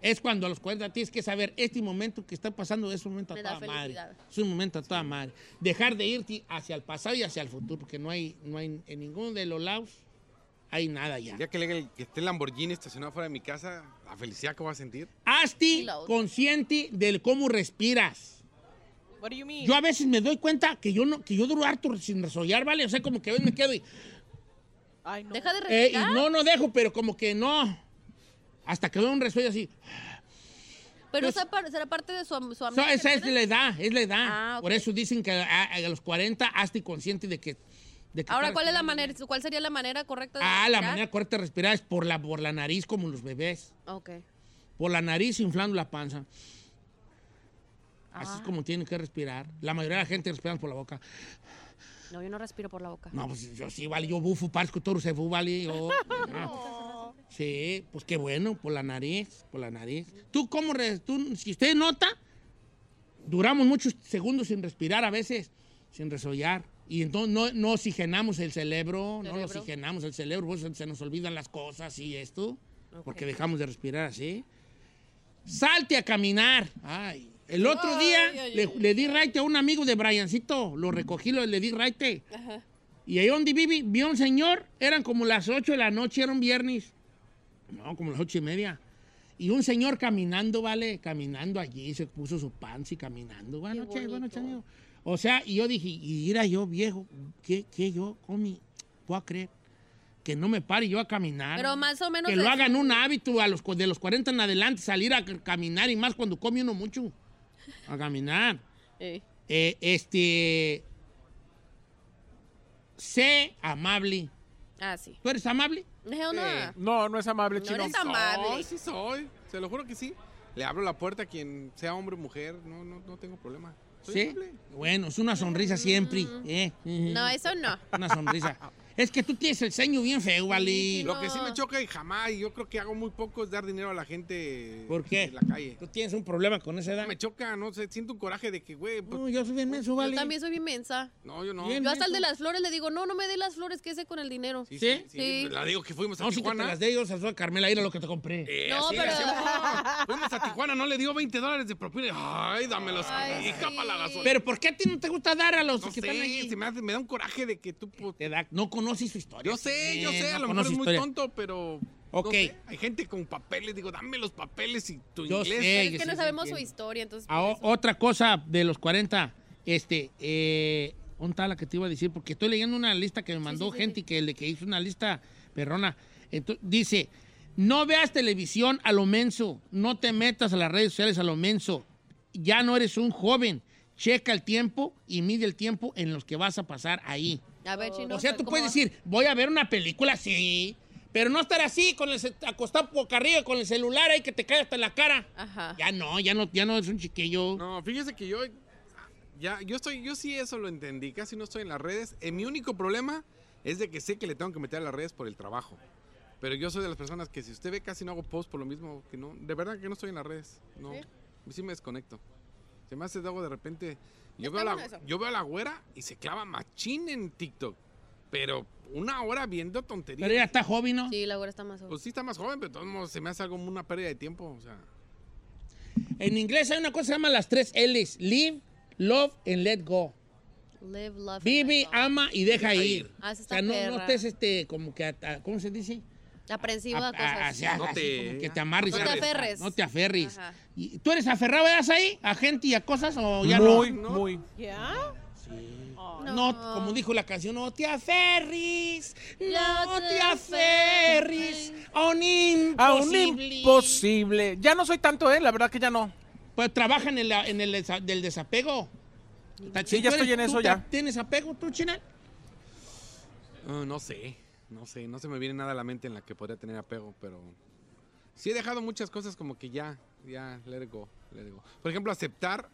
Es cuando a los 40 tienes que saber, este momento que está pasando es un momento a Me da toda madre. felicidad. Es un momento a toda madre. Dejar de irte hacia el pasado y hacia el futuro, porque no hay, no hay en ninguno de los lados hay nada ya. Ya que, le, que esté el Lamborghini estacionado fuera de mi casa, la felicidad que voy a sentir. Hazte Reload. consciente del cómo respiras. What do you mean? Yo a veces me doy cuenta que yo no, que yo duro harto sin resollar, ¿vale? O sea, como que a veces me quedo y. Deja de Eh, y respirar. no, no dejo, pero como que no. Hasta que doy un resuello así. Pero esa par- será parte de su, am- su So, amnesia, esa es ¿verdad? la edad, es la edad. Ah, ok. Por eso dicen que a, a los 40 hazte consciente de que... de que Ahora, estás ¿cuál es la respirando. manera, cuál sería la manera correcta de Ah, la respirar? manera correcta de respirar es por la, por la nariz como los bebés. Ok. Por la nariz inflando la panza. Así Ah. es como tienen que respirar. La mayoría de la gente respira por la boca. No, yo no respiro por la boca. No, pues yo sí, vale, yo bufo, parezco toro, se fu, vale, yo- Ah. Sí, pues qué bueno, por la nariz, por la nariz. ¿Tú cómo, re- tú, si usted nota, duramos muchos segundos sin respirar a veces, sin resollar. Y entonces no, no oxigenamos el cerebro, no lo Cerebro. oxigenamos el cerebro, por eso se nos olvidan las cosas y esto, porque dejamos de respirar así. Salte a caminar. Ay. El otro Ay, día ay, le, ay. le di raite a un amigo de Briancito, lo recogí, lo- le di raite. Ajá. Y ahí donde viví, vi a un señor, eran como las 8 de la noche, era un viernes. No, como las ocho y media. Y un señor caminando, ¿vale? Caminando allí, se puso su pants y caminando. Buenas noches, buenas noches, amigo. O sea, y yo dije, y era yo viejo, ¿qué, qué yo, comi? ¿Puedo creer? Que no me pare yo a caminar. Pero más o menos Que lo es- hagan un hábito a los, cu- de los 40 en adelante, salir a c- caminar y más cuando come uno mucho. A caminar. Eh. Eh, este. Sé amable. Ah, sí. ¿Tú eres amable? No, no. Eh, No, no es amable, No chino. eres amable. No, sí soy. Se lo juro que sí. Le abro la puerta a quien sea hombre o mujer. No, no, no tengo problema. Soy Sí. amable. Bueno, es una sonrisa siempre. ¿eh? Mm. No, eso no. Una sonrisa. es que tú tienes el ceño bien feo, Y vale. Lo que sí me choca y jamás, y yo creo que hago muy poco, es dar dinero a la gente ¿Por qué? de la calle. ¿Tú tienes un problema con esa edad? Me choca, no sé, siento un coraje de que, güey, pues, No, yo soy bien menso, vale. Yo también soy bien mensa. no, yo no. Yo hasta el de las flores le digo, no, no me dé las flores, que sé con el dinero. Sí, ¿Sí? sí, La digo que fuimos a No, sí que te Tijuana. las de ellos, a Carmela, era lo que te compré. Eh, No, así le pero- hacemos. Fuimos a Tijuana, no le dio 20 dólares de propina. Ay, dámelos. Ay, Y capa la gasolina. Pero ¿por qué a ti no te gusta dar a los No que sé, están allí? se me, hace- me da un coraje de que tú... pues, Te da- no conoces su historia. yo sé, Eh, yo sé, a no lo mejor es conoces muy historia. tonto, pero... no Ok. sé, hay gente con papeles, digo, dame los papeles y tu Yo inglés. sé, Es que no sabemos su historia, entonces. Ah, o- otra cosa de los 40, este, eh, ¿dónde está la que te iba a decir? Porque estoy leyendo una lista que me mandó sí, sí, gente Que, le- que hizo una lista perrona. Ento- dice, no veas televisión a lo menso, no te metas a las redes sociales a lo menso, ya no eres un joven, checa el tiempo y mide el tiempo en los que vas a pasar ahí. A ver, chino. o sea, tú ¿cómo puedes va? decir, voy a ver una película, sí, pero no estar así, con el, ce- acostado boca arriba, con el celular ahí que te cae hasta en la cara. Ajá. Ya no, ya no, ya no es un chiquillo. No, fíjese que yo ya yo estoy yo sí eso lo entendí, casi no estoy en las redes. Eh, mi único problema es de que sé que le tengo que meter a las redes por el trabajo. Pero yo soy de las personas que si usted ve casi no hago post por lo mismo que no, de verdad que no estoy en las redes. No. ¿Sí? ¿Sí? me desconecto. Se me hace algo de repente Está yo veo, bueno a la, eso. yo veo a la güera y se clava machín en TikTok. Pero una hora viendo tonterías. Pero ella está joven, ¿no? Sí, la güera está más joven. Pues sí está más joven, pero de todos modos se me hace algo como una pérdida de tiempo, o sea. En inglés hay una cosa que se llama las tres L's. Live, love and let go. Live, love. Vive, ama y deja Deja ir. ir. Ah, esa o está sea, no, no perra. estés este, como que, a- a- ¿cómo se dice? Aprensiva a A- a- cosas. hacia- No así te- como que te amarres. No te aferres. No te aferres. Ajá. ¿Y ¿Tú eres aferrado, das ahí? ¿A gente y a cosas o ya muy, no? muy. Yeah? No, como dijo la canción, no te aferres, no No te te aferres a un A un imposible. imposible. Ya no soy tanto, ¿eh? La verdad que ya no. Pues trabaja en el, en el desa- del desapego. Sí, ya ¿Tú estoy en eres- eso tú ya. ta- ¿Tienes apego tú, China? Ah, no sé, no sé, no se me viene nada a la mente en la que podría tener apego, pero sí he dejado muchas cosas como que ya, ya, let it go, let it go. Por ejemplo, aceptar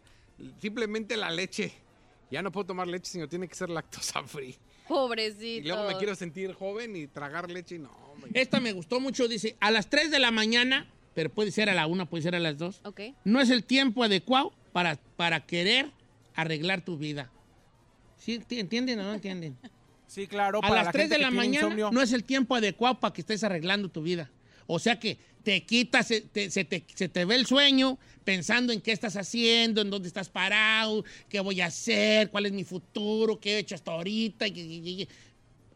simplemente la leche. Ya no puedo tomar leche, sino tiene que ser lactosa free. Y Pobrecito. luego me quiero sentir joven y tragar leche y no, hombre. Esta me gustó mucho, dice, a las 3 de la mañana, pero puede ser a la 1, puede ser a las 2. Ok. No es el tiempo adecuado para, para querer arreglar tu vida. ¿Sí enti- entienden o no entienden? Sí, claro, a las 3 de la mañana no es el tiempo adecuado para que estés arreglando tu vida. O sea que te quitas, se te, se te- se te ve el sueño pensando en qué estás haciendo, en dónde estás parado, qué voy a hacer, cuál es mi futuro, qué he hecho hasta ahorita. y- y- y-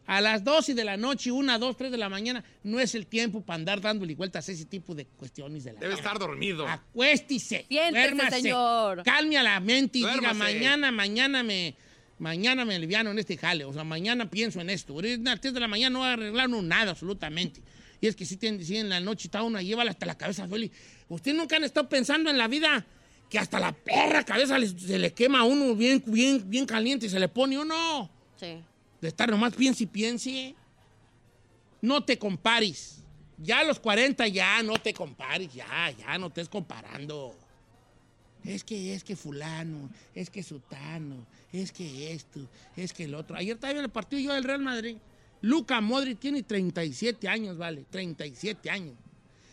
A las 12 de la noche, 1, 2, 3 de la mañana, no es el tiempo para andar dándole vueltas a ese tipo de cuestiones de la Debe vida. estar dormido. Acuéstese. Siéntese, duérmase, señor. Calme a la mente y diga, Duérmase. mañana, mañana me, Mañana me aliviano en este jale, o sea, mañana pienso en esto. Ahorita, a las 3 de la mañana no va a arreglar uno nada, absolutamente. Y es que si, tienen- si en la noche está uno, llévala hasta la cabeza, Feli. Usted nunca han estado pensando en la vida que hasta la perra cabeza les- se le quema a uno bien, bien, bien caliente y se le pone uno. Sí. De estar nomás piense y piense. No te compares. Ya a los 40 ya no te compares, ya, ya no estés comparando. Es que, es que fulano, es que sutano, es que esto, es que el otro. Ayer estaba viendo el partido yo del Real Madrid. Luca Modric tiene 37 años, vale, 37 años.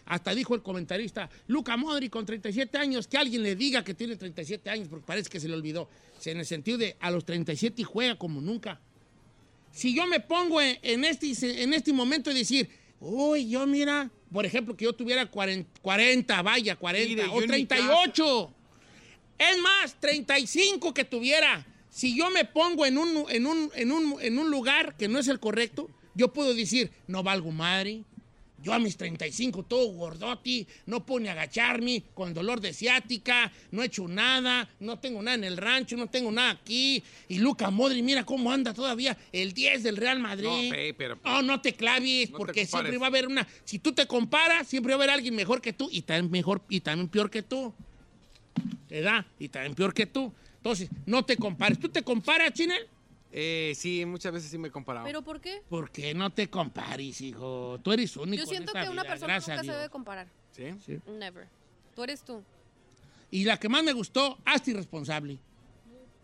Hasta dijo el comentarista, Luca Modric con 37 años, que alguien le diga que tiene 37 años, porque parece que se le olvidó. En el sentido de a los 37 y juega como nunca. Si yo me pongo en, en este, en este momento y decir, uy, yo mira, por ejemplo, que yo tuviera 40, 40, vaya, 40, Mire, yo o en mi 38. Es más, 35 que tuviera. Si yo me pongo en un, en un- en un- en un lugar que no es el correcto, yo puedo decir, no valgo madre. Yo a mis 35, todo gordoti, no puedo ni agacharme, con dolor de ciática, no he hecho nada, no tengo nada en el rancho, no tengo nada aquí. Y Luca Modri, mira cómo anda todavía el 10 del Real Madrid. No, pe- pero- No, no te claves, No te porque compares. siempre va a haber una. Si tú te comparas, siempre va a haber alguien mejor que tú y también mejor y también peor que tú. ¿Verdad? Y también peor que tú. Entonces, no te compares. ¿Tú te comparas, Chinel? Eh, sí, muchas veces sí me he comparado. ¿Pero por qué? ¿Por qué no te compares, hijo? Tú eres único. Yo en siento esta que una vida, persona gracias a nunca se Dios. debe comparar. Sí. Never. Tú eres tú. Y la que más me gustó, hazte irresponsable.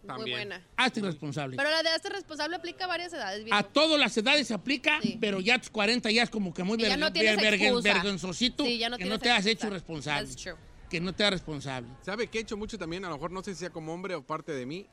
Muy buena. Hazte irresponsable. Pero la de hazte responsable aplica a varias edades. viejo. A todas las edades se aplica, pero ya a tus 40 ya es como que muy Y ya vergen- no tienes ver- vergen- excusa. vergonzosito Sí, ya no que no tienes te has excusa. hecho responsable. That's true. Que no te has responsable. ¿Sabe qué he hecho mucho también? A lo mejor no sé si sea como hombre o parte de mí,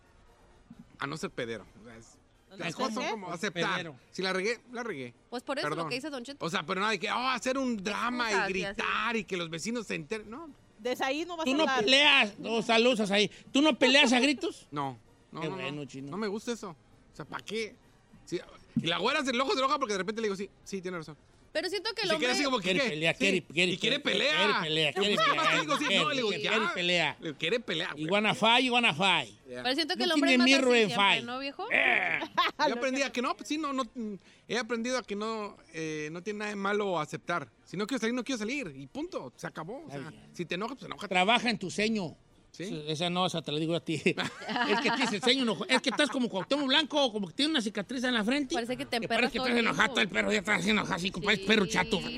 a no ser pedero. O sea, es- Las ser cosas son qué? como aceptar. Pedero. Si la regué, la regué. Pues por eso Perdón. lo que dice Don Cheto. O sea, pero nada de que, oh, hacer un drama Excusas y y así. gritar y que los vecinos se enteren. No, Desde ahí no vas Tú a no hablar. peleas, o sea, lo usas ahí. ¿Tú no peleas a gritos? no. No, Qué no, no. bueno, No me gusta eso. O sea, ¿para qué? Sí, y la güera se enoja, se enoja porque de repente le digo, sí, sí, tiene razón. Pero siento que Y el se hombre... queda así como que, Quiere ¿qué? pelear, Sí. quiere, quiere, Y quiere pelea. Quiere pelea, Yo quiere nada más pelea. le digo, sí, no, le digo, quiere, ya. quiere pelea. Quiere pelea. You wanna fight, you wanna fight. Pero siento que el Looking hombre es in más mirror así and siempre, fight. ¿no, viejo? Eh. Yo aprendí a que no, pues sí, no, no. mm, He aprendido a que no, eh, no tiene nada de malo aceptar. Si no quiero salir, no quiero salir. Y punto. Se acabó. O sea, si te enojas, pues enoja. Trabaja en tu ceño. Sí, Esa no, esa te la digo a ti. es que tienes el ceño enojo- Es que estás como Cuauhtémoc Blanco, o como que tiene una cicatriz en la frente. Parece que te emperras Parece que todo estás el enojado, tiempo. todo el perro ya estás enojado, así como el perro chato.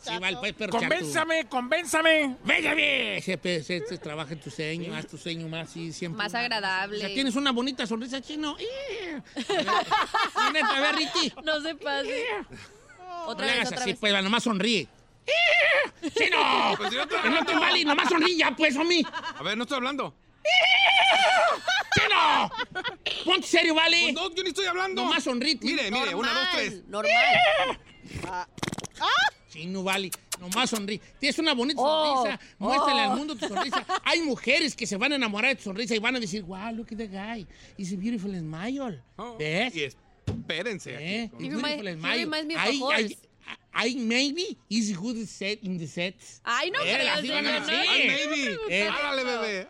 Sí, va el pues, perro chato. Convénzame, convénzame. ¡Bella bien! Se, pe- se- se trabaja en tu ceño, haz tu ceño más así siempre. Más una- agradable. O sea, tienes una bonita sonrisa chino. ¡Eh! A ver, neta, a ver, Ricky. No se pase. Otra no le vez, hagas otra así, vez. pues, va, nomás sonríe. ¡Eh! ¡Chino! Pues, si no te- Que no te vale, nomás sonríe ya, pues, homie. A ver, no estoy hablando. ¡Chino! Ponte serio, vale. Pues no, yo ni estoy hablando. Nomás sonríe. Mire, mire, una, dos, tres. Ah. Normal. Chino, Ah. vale. Nomás sonríe. Tienes una bonita Oh, sonrisa. Muéstrale oh. al mundo tu sonrisa. Hay mujeres que se van a enamorar de tu sonrisa y van a decir, wow, look at the guy. He's a beautiful smile. Oh, ¿Ves? Y espérense. aquí ¿Eh? con- He's He remind- beautiful he smile. reminds me of a Ay, ay, horse. ay, maybe he's good set in the sets. Ay, no Eh, creas, así van a no, no, decir. Ay, baby. Eh, Árale, bebé.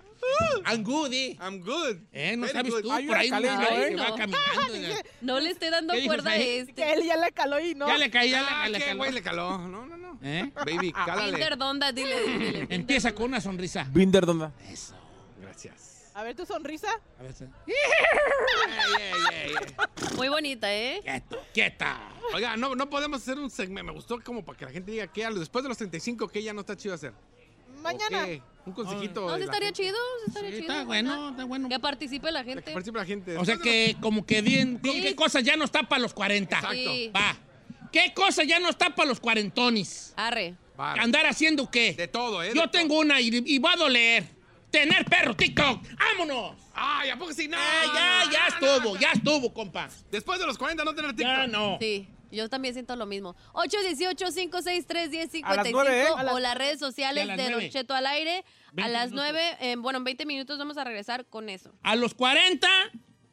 I'm good, eh. I'm good. Eh, no Very sabes good. tú, Ay, por ahí ándale, una ¿eh? que va caminando. ya. No le esté dando ¿Qué dijo el cuerda a Saí? este. Que él ya le caló y no. Ya le caí, ya le- Ah, le qué caló. güey le caló. No, no, no. ¿Eh? Baby, cálale. Tinder donda, dile, dile. Empieza con una sonrisa. Binder, ¿dónde? Gracias. A ver tu sonrisa. A ver, sí. Muy bonita, ¿eh? Quieto, quieta. Oiga, no, no podemos hacer un segmento. Me gustó como para que la gente diga que a los- después de los 35, que ya no está chido hacer? Mañana. ¿O qué? Un consejito. No, sí de la estaría gente. chido, sí estaría Sí, chido. está bueno, está bueno. Que participe la gente. Que participe la gente. O sea que como que bien, ¿qué cosa ya no está para los 40? Exacto. Sí. Va. ¿Qué cosa ya no está para los cuarentonis? Arre. Vale. ¿Andar haciendo qué? De todo, ¿eh? Yo De tengo una y, y va a doler. Tener perro, TikTok. todo. ¡Vámonos! ¡Ay, a poco sí! ¡No! Ah, ya, no, ya no, estuvo, no. ya estuvo, compa. Después de los 40 no tener TikTok. Ya no. Sí, yo también siento lo mismo. ¿eh? 818-563-1055 A las nueve, ¿eh? o las redes sociales Sí, a las de Don nueve. Cheto al aire. A 20 las minutos. 9, en, bueno, en 20 minutos vamos a regresar con eso. A los 40,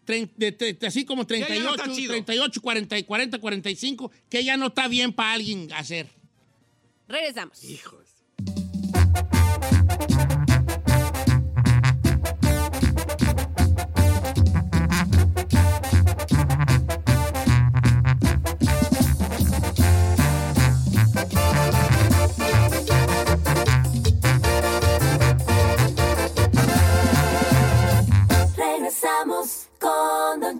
trein- de- de- de- así como ya no está 38, chido. 38, 40, y 40, 45, que ya no está bien para alguien hacer. Regresamos. Hijos. estamos con Don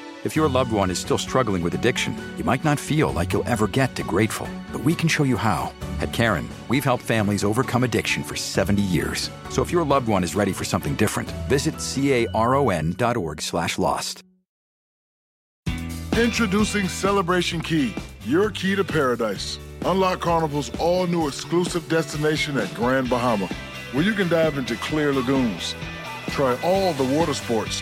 If your loved one is still struggling with addiction, you might not feel like you'll ever get to grateful, but we can show you how. At Karen, we've helped families overcome addiction for 70 years. So if your loved one is ready for something different, visit caron.org slash lost. Introducing Celebration Key, your key to paradise. Unlock Carnival's all new exclusive destination at Grand Bahama, where you can dive into clear lagoons, try all the water sports,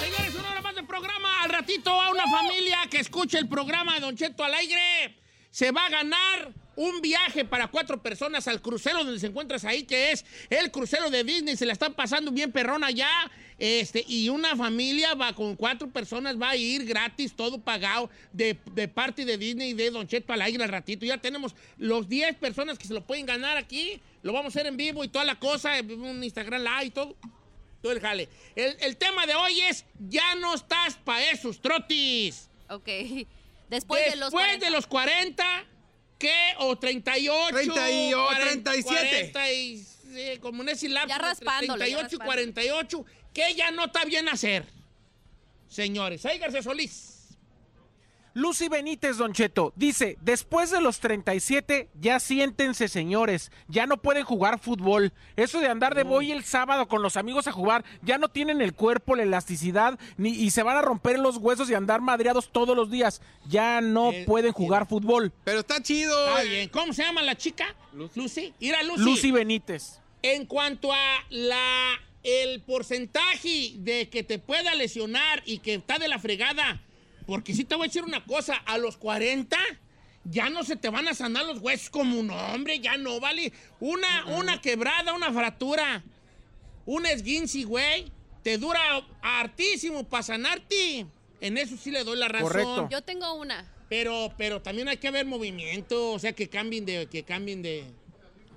Señores, una hora más de programa. Al ratito a una familia que escuche el programa de Don Cheto al aire. Se va a ganar un viaje para cuatro personas al crucero donde se encuentras ahí, que es el crucero de Disney. Se la están pasando bien perrona ya. Este, y una familia va con cuatro personas, va a ir gratis, todo pagado, de, de parte de Disney y de Don Cheto al aire al ratito. Ya tenemos los 10 personas que se lo pueden ganar aquí. Lo vamos a hacer en vivo y toda la cosa, un Instagram live y todo. Todo el jale. El, el tema de hoy es, ya no estás pa' esos trotis. Ok. Después, de los 40. de los 40, ¿qué? O 38. 38, 37. 40 y, eh, como en ese lapso, Ya entre raspándole, ya 38 y raspándole. 48, ¿qué ya no está bien hacer? Señores, ahí García Solís. Lucy Benítez Doncheto dice, después de los 37, ya siéntense señores, ya no pueden jugar fútbol. Eso de andar Mm. de boy el sábado con los amigos a jugar, ya no tienen el cuerpo, la elasticidad, ni, y se van a romper los huesos y andar madreados todos los días. Ya no Eh, pueden jugar fútbol. Pero está chido. Está bien. ¿Cómo se llama la chica? Lucy. Lucy. Mira, Lucy. Lucy Benítez. En cuanto a la, el porcentaje de que te pueda lesionar y que está de la fregada, porque sí te voy a decir una cosa, a los 40 ya no se te van a sanar los huesos como un hombre, ya no vale. Una, una quebrada, una fractura, un esguince, güey, te dura hartísimo para sanarte. En eso sí le doy la razón. Yo tengo una. Pero, pero también hay que haber movimiento, o sea, que cambien de, que cambien de.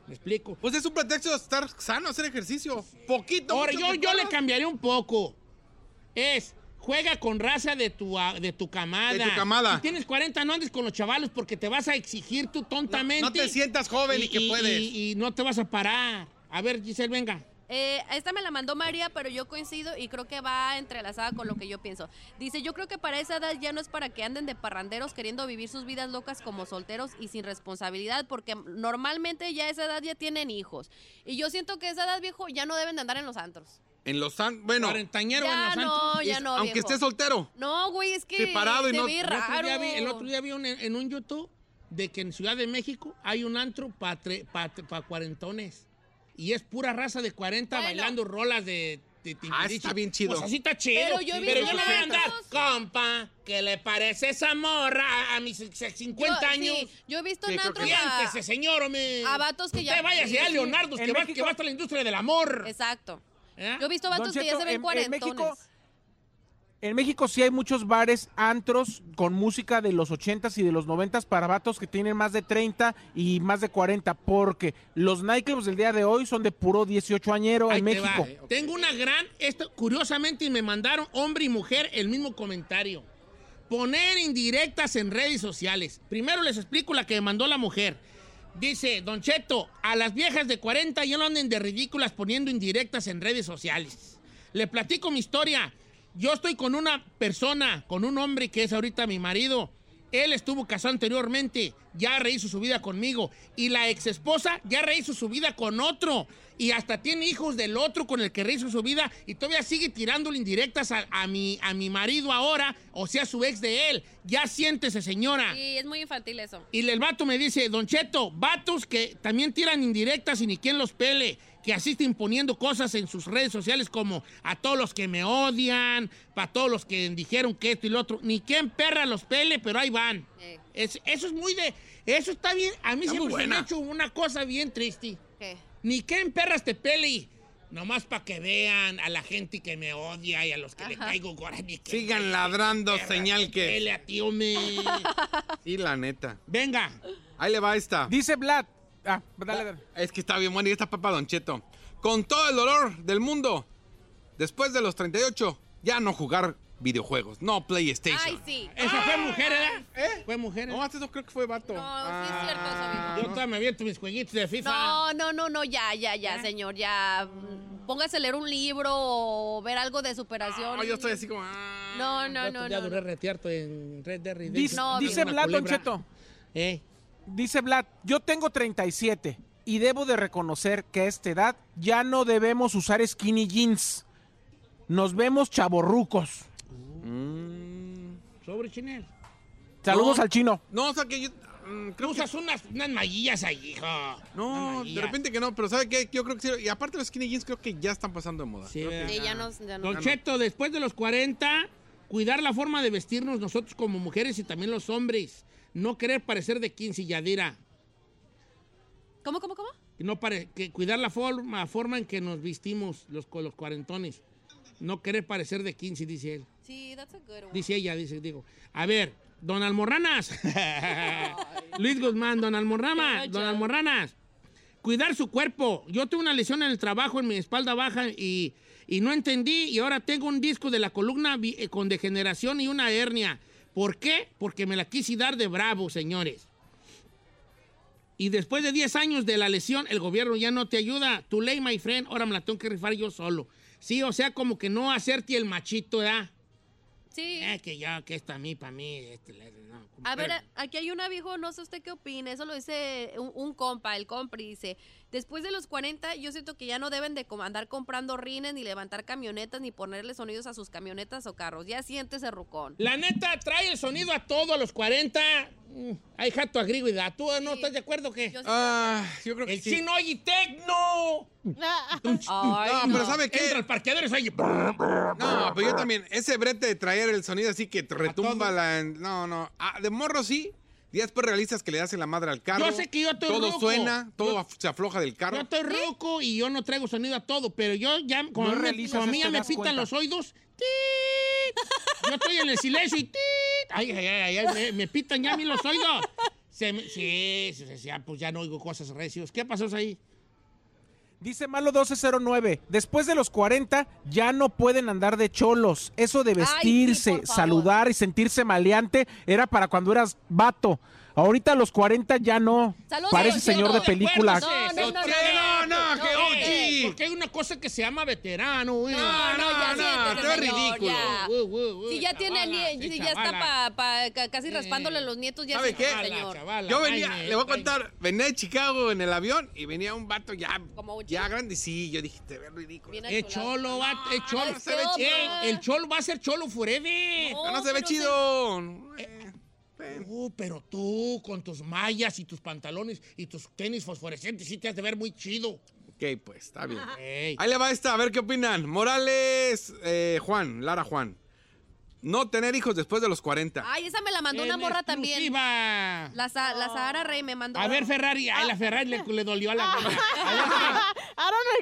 ¿Me explico? Pues es un pretexto de estar sano, hacer ejercicio. Poquito. Ahora, mucho yo, que yo le puedas. cambiaré un poco. Es, juega con raza de tu, a- de tu camada. De tu camada. Si tienes 40, no andes con los chavalos porque te vas a exigir tú tontamente. No- no te sientas joven y que puedes. Y, y no te vas a parar. A ver, Giselle, venga. Eh, esta me la mandó María, pero yo coincido y creo que va entrelazada con lo que yo pienso. Dice, yo creo que para esa edad ya no es para que anden de parranderos queriendo vivir sus vidas locas como solteros y sin responsabilidad, porque normalmente ya a esa edad ya tienen hijos. Y yo siento que a esa edad, viejo, ya no deben de andar en los antros. En los san... Bueno. Cuarentañero Ya en los no, antros. ya Es- no, Aunque viejo. esté soltero. No, güey, es que Separado y se no- ve El El otro día raro. vi, el otro día vi un- en un YouTube de que en Ciudad de México hay un antro para cuarentones. Y es pura raza de 40 bailando rolas de, de Ah, está bien chido. Pues así está chido. Pero yo he visto no voy a andar. fotos. Compa, ¿qué le parece esa morra a- a mis Yo- 50 años? sí, yo he visto Sí, en creo antros que- a- Siéntese, señor, hombre. a vatos que ya- Usted vaya Sí, a sí. Leonardo, En que va, México- que va hasta la industria del amor. Exacto. ¿Eh? Yo he visto vatos Don que ya Cheto, se ven en- en México- cuarentones. En México sí hay muchos bares, antros con música de los 80s y de los 90s para vatos que tienen más de 30 y más de 40, porque los nightclubs del día de hoy son de puro 18 añero Ahí en te va. eh, México. Tengo una gran. Esto, curiosamente, me mandaron hombre y mujer el mismo comentario. Poner indirectas en redes sociales. Primero les explico la que me mandó la mujer. Dice, Don Cheto, a las viejas de 40 ya no anden de ridículas poniendo indirectas en redes sociales. Le platico mi historia. Yo estoy con una persona, con un hombre que es ahorita mi marido. Él estuvo casado anteriormente, ya rehizo su vida conmigo. Y la ex esposa ya rehizo su vida con otro. Y hasta tiene hijos del otro con el que rehizo su vida. Y todavía sigue tirándole indirectas a, a mi, a mi marido ahora, o sea, su ex de él. Ya siéntese, señora. Sí, es muy infantil eso. Y el vato me dice, Don Cheto, vatos que también tiran indirectas y ni quien los pele. que asisten poniendo cosas en sus redes sociales como a todos los que me odian, para todos los que dijeron que esto y lo otro. Ni quien perra los pele, pero ahí van. Es- eso es muy de. Eso está bien. A mí Está muy siempre se me buena. ha hecho una cosa bien triste. Ni quien perras te pele. Nomás para que vean a la gente que me odia y a los que le caigo gorra. ni quien Sigan ladrando, perras señal te que- pele a ti, hombre. Sí, la neta. Venga. Ahí le va esta. Dice Vlad. Ah, dale, dale. Es que está bien buena y esta papa Don Cheto. Con todo el dolor del mundo, después de los 38, ya no jugar videojuegos. No PlayStation. Ay, sí. Esa fue mujer, ¿eh? ¿verdad? Fue mujer. No, antes ¿Eh? no creo que fue vato. No, sí es cierto eso, amigo. Yo todavía me aviento mis jueguitos de FIFA. No, no, no, no, ya, ya, ya, señor, ya. Mm, Póngase a leer un libro o ver algo de superación. yo estoy así como. No, no, Yo no, Ya no. duré retearto en Red Dead Redemption. Dice, dice Una Vlad, Don culebra. Cheto. ¿Eh? Dice Vlad, yo tengo 37 y debo de reconocer que a esta edad ya no debemos usar skinny jeans. Nos vemos chaborrucos. Sobre Chinel. Saludos No. al chino. No, o sea que yo. Tú usas unas, unas maguillas ahí, hijo. No, de repente que no, pero ¿sabe qué? Yo creo que sí. Y aparte los skinny jeans creo que ya están pasando de moda. Creo que Sí, ya no, ya no. Don Cheto, después de los 40, cuidar la forma de vestirnos nosotros como mujeres y también los hombres. No querer parecer de 15 y Yadira. ¿Cómo, cómo, cómo? No pare- que cuidar la forma, forma en que nos vistimos los, co- los cuarentones. No querer parecer de 15, dice él. Sí, that's a good one. Dice ella, dice, digo. A ver, don Almorranas. Luis Guzmán, don Almorranas, don Almorranas. Cuidar su cuerpo. Yo tuve una lesión en el trabajo, en mi espalda baja y, y no entendí. Y ahora tengo un disco de la columna vi- eh, con degeneración y una hernia. ¿Por qué? Porque me la quise dar de bravo, señores. Y después de 10 años de la lesión, el gobierno ya no te ayuda. Tu ley, my friend, ahora me la tengo que rifar yo solo. Sí, o sea, como que no hacerte el machito, ¿verdad? Sí. Eh, que ya, que esta a mí, para mí. este, la- no, como- A ver, eh. a- aquí hay un abijo, no sé usted qué opina, eso lo dice un, un compa, el compri, dice, después de los 40 yo siento que ya no deben de com- andar comprando rines, ni levantar camionetas, ni ponerle sonidos a sus camionetas o carros, ya siéntese rucón. La neta, trae el sonido a todo a los 40. Mm, Hay jato agrigüida. ¿Tú no estás de acuerdo o qué? Ah, yo creo que el sí. chino oye tecno. no, pero ¿sabe qué? Entra al parqueador y se oye. No, pero yo también. Ese brete de traer el sonido así que te retumba la. No, no. Ah, de morro sí. Y después realizas que le das en la madre al carro. Yo sé que yo estoy Todo ruco. suena, todo Yo- af- se afloja del Yo carro. estoy roco y yo no traigo sonido a todo, pero yo ya, como, No a mí me- realizas como a mí esto, ya me das pitan cuenta. los oídos, ¡tit! yo estoy en el silencio y ¡tit! ay, ay, ay, ay, me, me pitan ya a mí los oídos. Se me- sí, sí, sí, ya, pues ya no oigo cosas recios. ¿Qué pasó ahí? Dice Malo 1209, después de los 40 ya no pueden andar de cholos. Eso de vestirse, saludar y sentirse maleante era para cuando eras vato. Ahorita a los 40 ya no. Saludos, Parece Don señor Cheto. de película. No, no, no, no, no, que no, OG. Porque hay una cosa que se llama veterano. güey. No, no, ya siéntese, tú eres señor, ridículo. ya. Uh, uh, uh, Si ya tiene, chavala, ni- sí, ya está chavala. pa, pa- ca- casi raspándole los nietos, ya ¿Sabe siéntese, qué? señor. Yo venía, le voy a contar, venía de Chicago en el avión y venía un vato ya, ya grande. y Sí, yo dije, te ves ridículo. Es cholo, va, es cholo. no se ve chido. Ey, el cholo va a ser cholo forever. No, no se ve chido. Eh, Uh, pero tú, con tus mallas y tus pantalones y tus tenis fosforescentes, sí te has de ver muy chido. Ok, pues, está bien. Ahí le va esta, a ver qué opinan. Morales, eh, Juan, Lara Juan. No tener hijos después de los 40. Ay, esa me la mandó una En morra también. exclusiva. La, Sa- la Sahara Rey me mandó. A ver, Ferrari. ah, Ay, la Ferrari le, le dolió a la gana.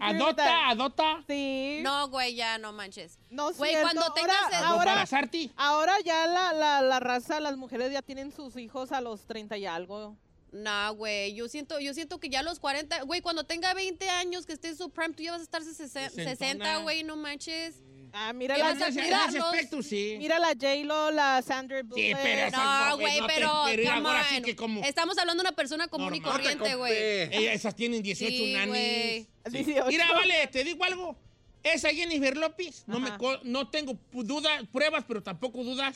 Adopta, adopta. Sí. No, güey, ya no manches. No es Güey, Oh, cierto. cuando tengas el- ahora, Embarazarte. ahora ya la, la, la raza, las mujeres ya tienen sus hijos a los 30 y algo. No, güey, yo siento, yo siento que ya a los 40, güey, cuando tenga 20 años, que esté en su prime, tú ya vas a estar sesen- 60, güey, no manches. Ah, mira ¿Qué la, vas a mira, cuidarlos? mira- sí. mira la J-Lo, la Sandra Bullock. pero esas No, mujeres güey, no te- pero, pero come ahora sí on. que como- Estamos hablando de una persona común Normal. y Ah, corriente, güey. Ellas esas tienen 18 Sí, nanis. güey. Sí. 18. Mira, vale, te digo algo. Esa Jennifer López, no, me co- no tengo pu- dudas, pruebas, pero tampoco dudas.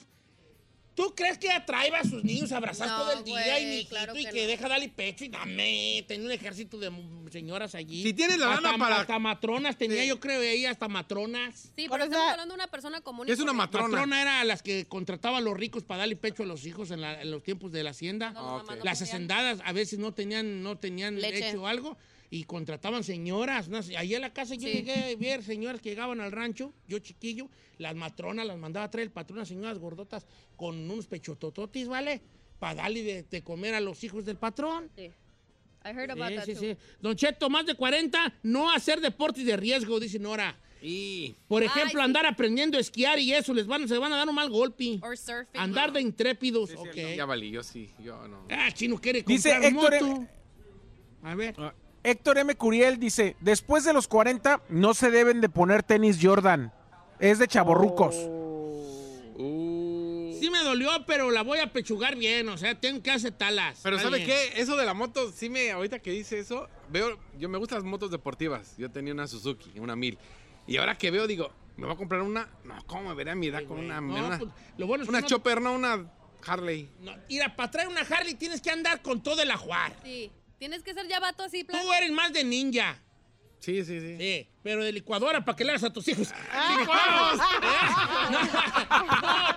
¿Tú crees que atraiba a sus niños a abrazar No, todo el día güey, y mijito claro y que que no. deja darle pecho y dame? Tenía un ejército de mu- señoras allí. Si tienes la Hasta- lana para- Hasta matronas tenía, yo creo, ahí hasta matronas. Sí, pero estamos hablando de una persona común y Es una corriente. matrona. Matrona era las que contrataban a los ricos para darle pecho a los hijos en, la- en los tiempos de la hacienda. No, los Ah, ok. mamás no Las podían. hacendadas a veces no tenían, no tenían Leche. leche o algo. y contrataban señoras. unas- ahí en la casa yo Sí. llegué a ver señoras que llegaban al rancho, yo chiquillo, las matronas las mandaba a traer el patrón, unas señoras gordotas con unos pechotototis, ¿vale? Para darle de, de comer a los hijos del patrón. Sí. I heard about Sí, that sí, too. sí. Don Cheto, más de 40, no hacer deportes de riesgo, dice Nora. Por Ay, ejemplo, sí. andar aprendiendo a esquiar y eso, les van, se van a dar un mal golpe. Or surfing. Andar de intrépidos, ok. Ya valí, yo sí, yo no. Ah, chino quiere Dice comprar Héctor E- Ah, moto. A ver. Héctor M. Curiel dice, después de los 40 no se deben de poner tenis Jordan. Es de chaborrucos. E- Sí me dolió, pero la voy a pechugar bien, o sea, tengo que aceptarlas. Pero Está ¿sabe bien. qué? Eso de la moto, sí me, ahorita que dice eso, veo, yo me gustan las motos deportivas. Yo tenía una Suzuki, una 1000. Y ahora que veo, digo, me voy a comprar una, no, ¿cómo me veré a mi edad con una, No, una, pues, lo bueno es que una no- chopper, no una Harley? No, mira, para traer una Harley tienes que andar con todo el ajuar. Sí. Tienes que ser ya vato así, plan. Tú eres más de ninja. Sí, sí, sí. Sí, pero de licuadora para que le hagas a tus hijos. ¡Licuados! No,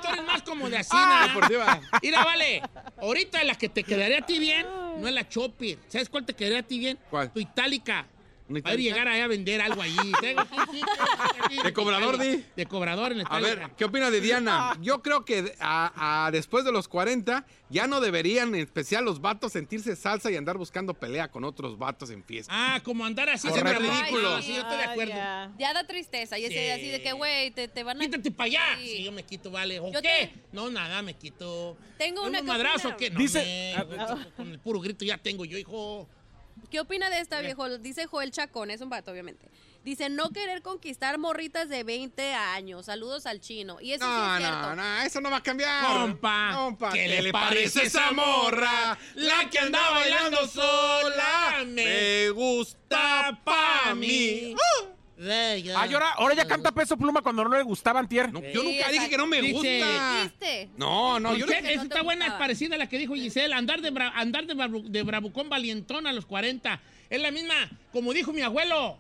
tú eres más como de asina. Ah. deportiva. Mira, vale, ahorita la que te quedaría a ti bien no es la Chopper. ¿Sabes cuál te quedaría a ti bien? ¿Cuál? Tu Itálica. Va a Itálica? llegar ahí a vender algo ahí. Tengo aquí, sí, tengo aquí. ¿De cobrador, Di? De cobrador en la A Itálica. ver, ¿qué opina de Diana? Yo creo que a- a después de los 40 ya no deberían, en especial los vatos, sentirse salsa y andar buscando pelea con otros vatos en fiesta. Ah, como andar así Correcto. siempre hablando. Ridículo. Ah, Sí, yo estoy de acuerdo. Ya da tristeza. Y es Sí. así de que, güey, te, te van a. Quítate para allá. Sí. yo me quito, vale. ¿O Yo qué? No, nada, me quito. Tengo una ¿Un que madrazo opina. que no? Dice- men, con el puro grito ya tengo yo, hijo. ¿Qué opina de esta, viejo? Dice Joel Chacón, es un vato, obviamente. Dice, no querer conquistar morritas de 20 años. Saludos al chino. Y eso sí No, es cierto. no, no, eso no va a cambiar. Compa, Compa, ¿qué le parece esa morra? La que anda bailando sola. Me gusta pa' mí. Ah, y ahora, ahora ya canta peso pluma cuando no le gustaban tier. yo nunca dije que no me gusta. Dijiste. No, no, yo ¿Qué? no- Esa está buena, es parecida a la que dijo Giselle. Andar de, bra- andar de, bravu- de bravucón valientón a los 40. Es la misma, como dijo mi abuelo.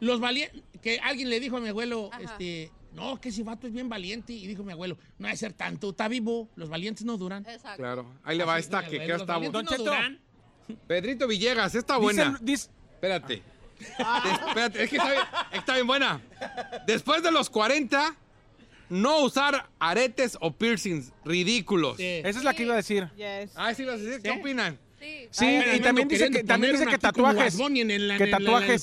Los valientes. Que alguien le dijo a mi abuelo, Ajá. este. No, que ese vato es bien valiente. Y dijo mi abuelo, no hay ser tanto, está vivo. Los valientes no duran. Exacto. Claro, ahí le va esta que que está Don buena. Cheto. Pedrito Villegas, está Dice buena. el- Espérate. Des- Espérate, es que está bien, está bien buena. Después de los 40, no usar aretes o piercings ridículos. Sí. Esa es la que iba a decir. Ah, sí, ibas a decir, ¿qué opinan? Sí, Sí, y también dice que, también dice que tatuajes. que tatuajes.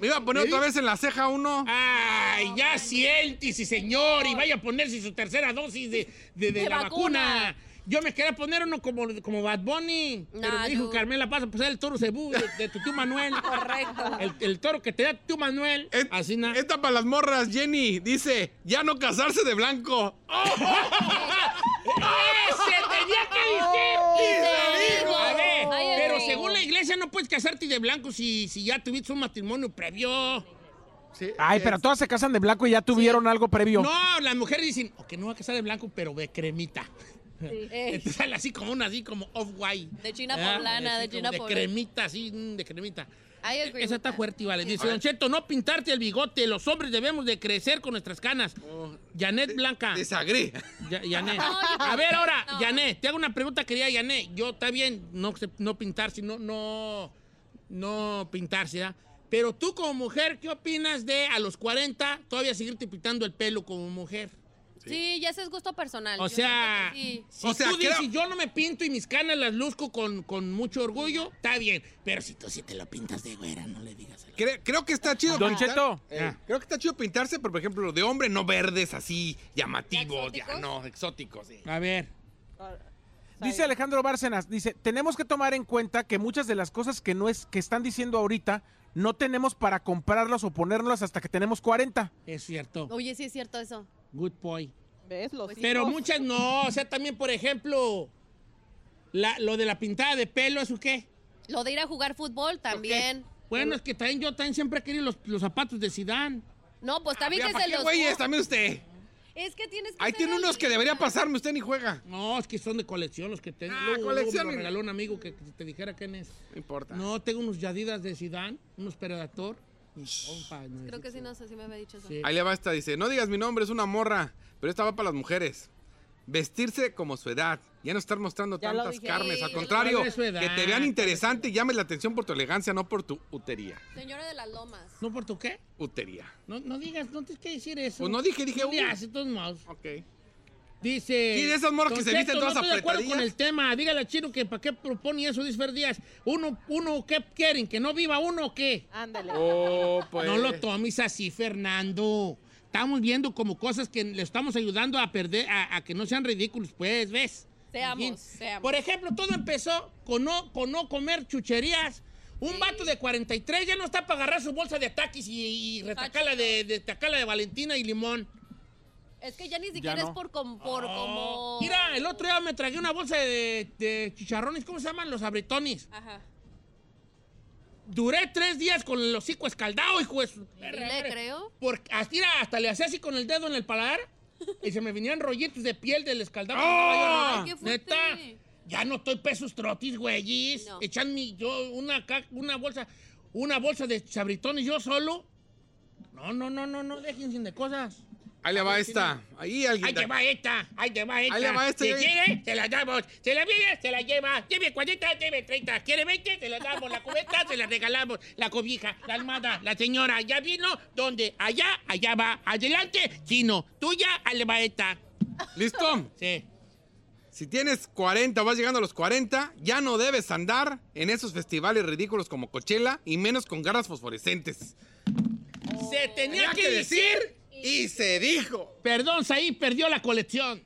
Me iba a poner otra vez en la ceja uno. Ay, ya siéntese, señor, y vaya a ponerse su tercera dosis de, de- de De la vacuna. vacuna. Yo me quería poner uno como, como Bad Bunny, pero Nah, me dijo dude. Carmela Paz, pues era el toro cebú de, de tu tío Manuel. Correcto. El, el toro que te da tu tío Manuel. así nada. Esta para las morras, Jenny, dice, ya no casarse de blanco. ¡Ese tenía que decir! se dijo. A ver, Ay, ay, pero ay. según la iglesia no puedes casarte de blanco si, si ya tuviste un matrimonio previo. Ay, pero todas se casan de blanco y ya tuvieron algo previo. No, las mujeres dicen, ok, no va a casar de blanco, pero de cremita. Eh. Entonces sale así como una, así como off-white. De China Ah, poblana, así de como China De poblana. cremita, así, mm, de cremita. I agree Esa with está that. fuerte, vale. Dice, A ver. Don Cheto, no pintarte el bigote. Los hombres debemos de crecer con nuestras canas. Janet Blanca. Desagré. Ya- Yané. No, yo a creo ver que ahora, no. Yané, te hago una pregunta, querida Yané. Yo, está bien, no, se- no pintarse, no, no, no pintarse, ¿verdad? Pero tú como mujer, ¿qué opinas de a los 40 todavía seguirte pintando el pelo como mujer? Sí, ya ese es gusto personal. O Yo sea, siento que sí. si tú dices, yo no me pinto y mis canas las luzco con, con mucho orgullo, está bien. Pero si tú sí te lo pintas de güera, no le digas. Cre- creo que está chido. Don pintar- Cheto. Eh, creo que está chido pintarse, pero por ejemplo, de hombre no verdes así, llamativos, ya, ¿Exóticos? no, exóticos. sí. Ah, A ver. Dice Alejandro Bárcenas, dice, tenemos que tomar en cuenta que muchas de las cosas que no es que están diciendo ahorita no tenemos para comprarlas o ponerlas hasta que tenemos 40. Es cierto. Oye, sí es cierto eso. Pues Good boy. ¿Ves? Los Pero hijos. muchas no. O sea, también, por ejemplo, la- lo de la pintada de pelo, ¿eso qué? Lo de ir a jugar fútbol también. Bueno, es que también yo también siempre he querido los, los zapatos de Sidán. No, pues también que ¿Para se qué los. güeyes? También usted. Es que tienes que. Ahí ser tiene unos realista. que debería pasarme, usted ni juega. No, es que son de colección los que Ah, te. luego- luego me colección. lo regaló un amigo que que te dijera quién es. No importa. No, tengo unos Yadidas de Sidán, unos Predator. y compa, no Creo es- que sí, no sé si me había dicho eso. Sí. Ahí le va esta, dice, no digas mi nombre, es una morra, pero esta va para las mujeres. Vestirse como su edad. Ya no estar mostrando Ya lo tantas dije. carnes. Al Sí, contrario, ¿cuál es su edad? que te vean interesante y llames la atención por tu elegancia, no por tu utería. Señora de las Lomas. ¿No por tu qué? Utería. No, no digas, no tienes que decir eso. Pues no dije, dije, No le uh. hace, de todos modos. Ok. Dice. Sí, de esas morras que se Don visten Cheto, todas no estoy de acuerdo apretadillas. con el tema. Dígale a Chino que para qué propone eso, dice Fer Díaz. Uno, uno, ¿qué quieren? ¿Que no viva uno o qué? Ándale. Oh, pues. No lo tomes así, Fernando. Estamos viendo como cosas que le estamos ayudando a perder, a, a que no sean ridículos, pues, ¿ves? Seamos, Yin. seamos. Por ejemplo, todo empezó con no, con no comer chucherías. Un vato de 43 ya no está para agarrar su bolsa de ataques y, y retacarla de, de, retacarla de Valentina y Limón. Es que ya ni siquiera Ya no. Oh, es por, com- por como... Mira, el otro día me tragué una bolsa de, de chicharrones, ¿cómo se llaman? Los abritones. Ajá. Duré tres días con el hocico escaldado, hijo de su- ¿Y le creo? Porque hasta, mira, hasta le hacía así con el dedo en el paladar y se me venían rollitos de piel del escaldado. ¡Ah! Ay, qué fuerte. Neta, ya no estoy pesos trotis, güeyes. No. Echan mi, yo una, ca- una bolsa, una bolsa de sabritones yo solo. No, no, no, no, no, déjense de cosas. Ahí le va esta. Ahí alguien. Ahí te va esta, ahí te va esta. Ahí le va esta, Si ya- quiere, se la damos. Se la viene, se la lleva. Lleve 40, lleve 30. ¿Quiere 20? Se la damos. La cubeta, se la regalamos. La cobija, la almada, la señora. ¿Ya vino? ¿Dónde? Allá, allá va. Adelante, chino. Tuya, ahí le va esta. ¿Listo? Sí. Si tienes 40 o vas llegando a los 40, ya no debes andar en esos festivales ridículos como Coachella y menos con garras fosforescentes. Se tenía que decir y se dijo. Perdón, Saí perdió la colección.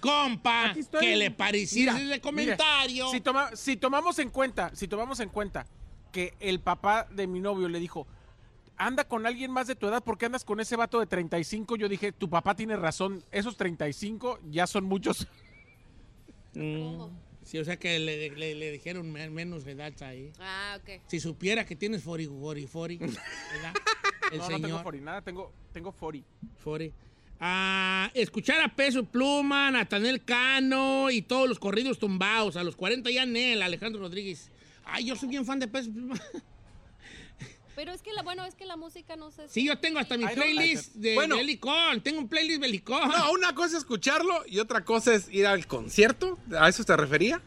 Compa, ¿qué le pareciera Mira, ese comentario? mira, si, toma- si tomamos en cuenta, si tomamos en cuenta que el papá de mi novio le dijo, anda con alguien más de tu edad porque andas con ese vato de 35, yo dije, tu papá tiene razón, esos 35 ya son muchos. Mm, Sí, o sea que le, le- le dijeron men- menos de edad ahí. Ah, ok. Si supiera que tienes 40, 40, 40, ¿verdad? El no, no tengo señor. fori, nada, tengo, tengo fori. 40. Ah, escuchar a Peso Pluma, Natanel Cano y todos los corridos tumbados. A los 40 ya Nel, Alejandro Rodríguez. Ay, yo soy bien fan de Peso Pluma. Pero es que la, bueno, es que la música no sé. Sí, yo tengo hasta mi Ay, no, playlist de Bueno. Belicón. Tengo un playlist Belicón. No, una cosa es escucharlo y otra cosa es ir al concierto. ¿A eso te refería?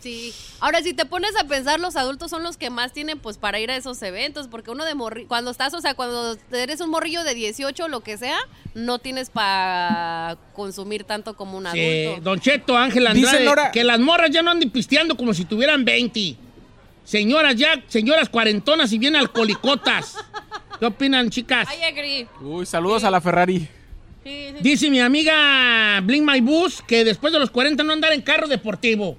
Sí. Ahora, si te pones a pensar, los adultos son los que más tienen, pues, para ir a esos eventos, porque uno de morri cuando estás, o sea, cuando eres un morrillo de 18 o lo que sea, no tienes para consumir tanto como un Sí, adulto. Don Cheto, Ángel Andrade, Dice Nora- que las morras ya no anden pisteando como si tuvieran 20. Señoras ya, señoras cuarentonas y bien alcoholicotas. ¿Qué opinan, chicas? I agree. Uy, saludos a la Ferrari. Sí, sí. Dice mi amiga Blink My Bus que después de los 40 no andar en carro deportivo.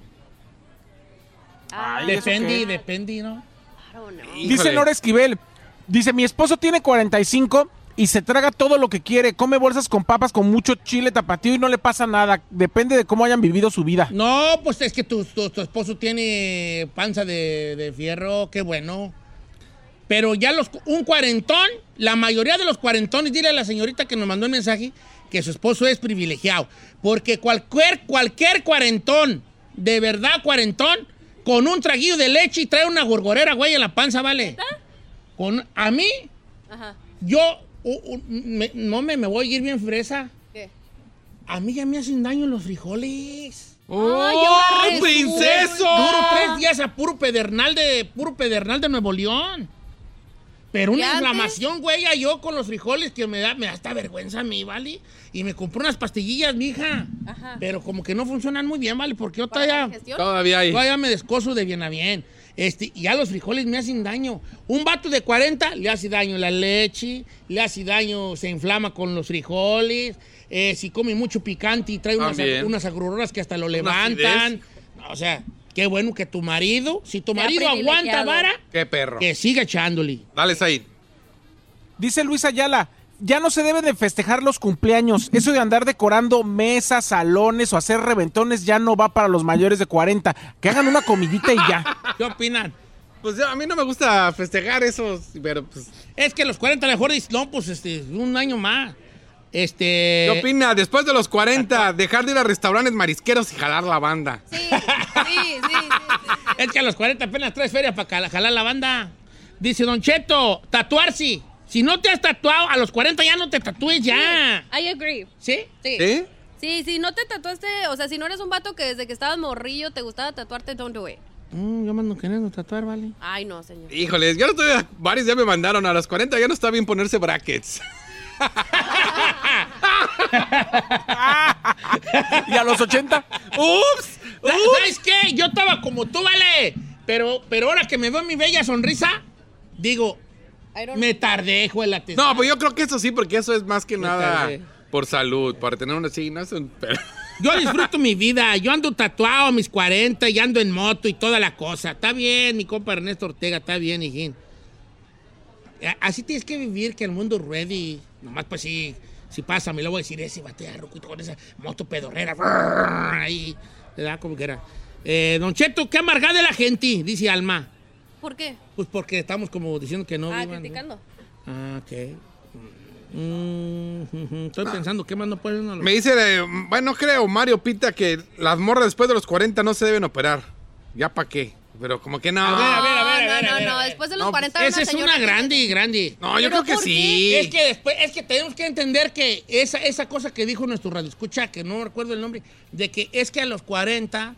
Ah, depende, depende, ¿no? claro, no. Dice Nora Esquivel, dice, mi esposo tiene 45 y se traga todo lo que quiere, come bolsas con papas con mucho chile tapatío y no le pasa nada, depende de cómo hayan vivido su vida. No, pues es que tu, tu- tu esposo tiene panza de, de fierro, qué bueno. Pero ya los, un cuarentón, la mayoría de los cuarentones, dile a la señorita que nos mandó el mensaje que su esposo es privilegiado. Porque cualquier, cualquier cuarentón, de verdad cuarentón, con un traguillo de leche y trae una gorgorera, güey, en la panza, ¿vale? Con, a mí, Ajá. yo, u- u- me- no me, me voy a ir bien fresa. ¿Qué? A mí ya me hacen daño los frijoles. Oh, Ay, ahora resulta. Duro tres días a puro pedernal de puro pedernal de Nuevo León. Pero ¿Y una antes? inflamación, güey, ya yo con los frijoles que me da, me da hasta vergüenza a mí, ¿vale? Y me compré unas pastillillas, mija. Ajá. Pero como que no funcionan muy bien, ¿vale? Porque yo ¿Para la todavía. digestión? Todavía hay. Todavía me descoso de bien a bien. Este, y ya los frijoles me hacen daño. Un vato de 40 le hace daño la leche, le hace daño, se inflama con los frijoles. eh, si come mucho picante y trae unas, También. unas agruroras que hasta lo Una acidez. levantan. O sea, qué bueno que tu marido, si tu Sea marido aguanta privilegiado. vara, Qué perro. que siga echándole. Dale, Said. Dice Luis Ayala, ya no se deben de festejar los cumpleaños. Eso de andar decorando mesas, salones o hacer reventones ya no va para los mayores de 40. Que hagan una comidita y ya. ¿Qué opinan? Pues yo- a mí no me gusta festejar esos, pero pues... Es que los 40 a lo mejor dicen, no, pues este, un año más. Este. ¿Qué opina? Después de los 40, dejar de ir a restaurantes marisqueros y jalar la banda. Sí, sí, sí. Es que a los 40 apenas tres ferias para jalar la banda. Dice Don Cheto, tatuarse. Si no te has tatuado, a los 40 ya no te tatúes ya. I agree. ¿Sí? Sí. ¿Sí? Sí, si no te tatuaste, o sea, si no eres un vato que desde que estabas morrillo te gustaba tatuarte, don't do it. Mm, yo mando queriendo tatuar, ¿vale? Ay, no, señor. Híjoles, ya no estoy. Varios ya me mandaron. A los 40 ya no está bien ponerse brackets. ¿Y a los 80? ¡Ups! ¿Sabes qué? Yo estaba como tú, vale. Pero, pero ahora que me veo mi bella sonrisa, digo, me tardé, juela. te- No, pues yo creo que eso sí, porque eso es más que nada tardé. por salud. Para tener una así, no es un. pero- Yo disfruto mi vida. Yo ando tatuado a mis 40 y ando en moto y toda la cosa. Está bien, mi compa Ernesto Ortega, está bien, hijín. A- Así tienes que vivir que el mundo ruede. y Nomás pues sí, si pasa, me lo voy a decir ese batea ruquito con esa moto pedorrera. brrr, Ahí, le da como que era. Eh, don Cheto, qué amargada es la gente, dice Alma. ¿Por qué? Pues porque estamos como diciendo que no ah, vivan, ¿no? criticando. Ah, ok. Mm, mm, estoy pensando, ¿qué más no pueden? no lo- Me dice, eh, bueno, creo, Mario Pita, que las morras después de los 40 no se deben operar. ¿Ya para qué? Pero como que no. A ver, a ver, a ver, No, a ver, a no, ver, a no, ver. después de los No, 40 Esa es señora una que- grande, grande. No, yo creo que sí. Es que después, es que tenemos que entender que esa, esa cosa que dijo nuestro radio escucha, que no recuerdo el nombre, de que es que a los 40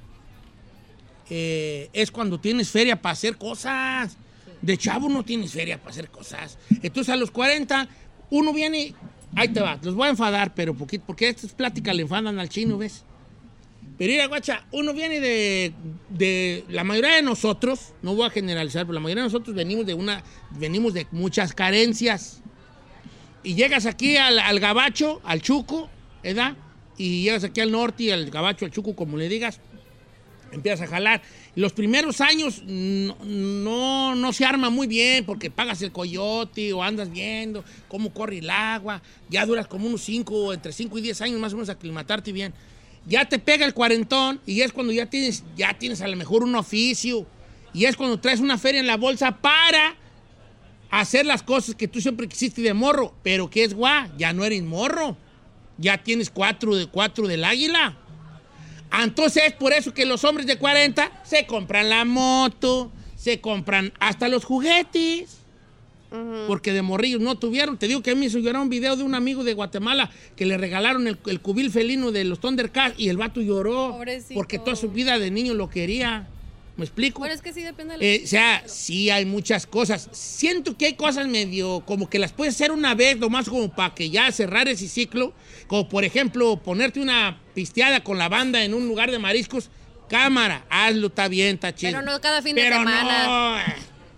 eh, es cuando tienes feria para hacer cosas. De chavo no tienes feria para hacer cosas. Entonces a los 40 uno viene, ahí te va, los voy a enfadar, pero poquito, porque estas pláticas le enfadan al chino, ¿ves? Pero mira, guacha, uno viene de, de- La mayoría de nosotros, no voy a generalizar, pero la mayoría de nosotros venimos de una. Venimos de muchas carencias. Y llegas aquí al, al gabacho, al chuco, ¿verdad? Y llegas aquí al norte y al gabacho, al chuco, como le digas, empiezas a jalar. Los primeros años no, no, no se arma muy bien porque pagas el coyote o andas viendo cómo corre el agua. Ya duras como unos 5, entre 5 y 10 años más o menos aclimatarte bien. Ya te pega el cuarentón y es cuando ya tienes, ya tienes a lo mejor un oficio. Y es cuando traes una feria en la bolsa para hacer las cosas que tú siempre quisiste de morro. Pero que es guá, ya no eres morro. Ya tienes cuatro de cuatro del águila. Entonces es por eso que los hombres de 40 se compran la moto, se compran hasta los juguetes. Porque de morrillos no tuvieron. Te digo que a mí se lloró un video de un amigo de Guatemala que le regalaron el, el cubil felino de los Thundercats y el vato lloró. Pobrecito. Porque toda su vida de niño lo quería. ¿Me explico? Bueno, es que sí depende de la- Eh, o sea, sí hay muchas cosas. Siento que hay cosas medio como que las puedes hacer una vez, nomás como para que ya cerrar ese ciclo. Como por ejemplo, ponerte una pisteada con la banda en un lugar de mariscos. Cámara, hazlo, está bien, está chido. Pero no cada fin de Pero semana. no, eh.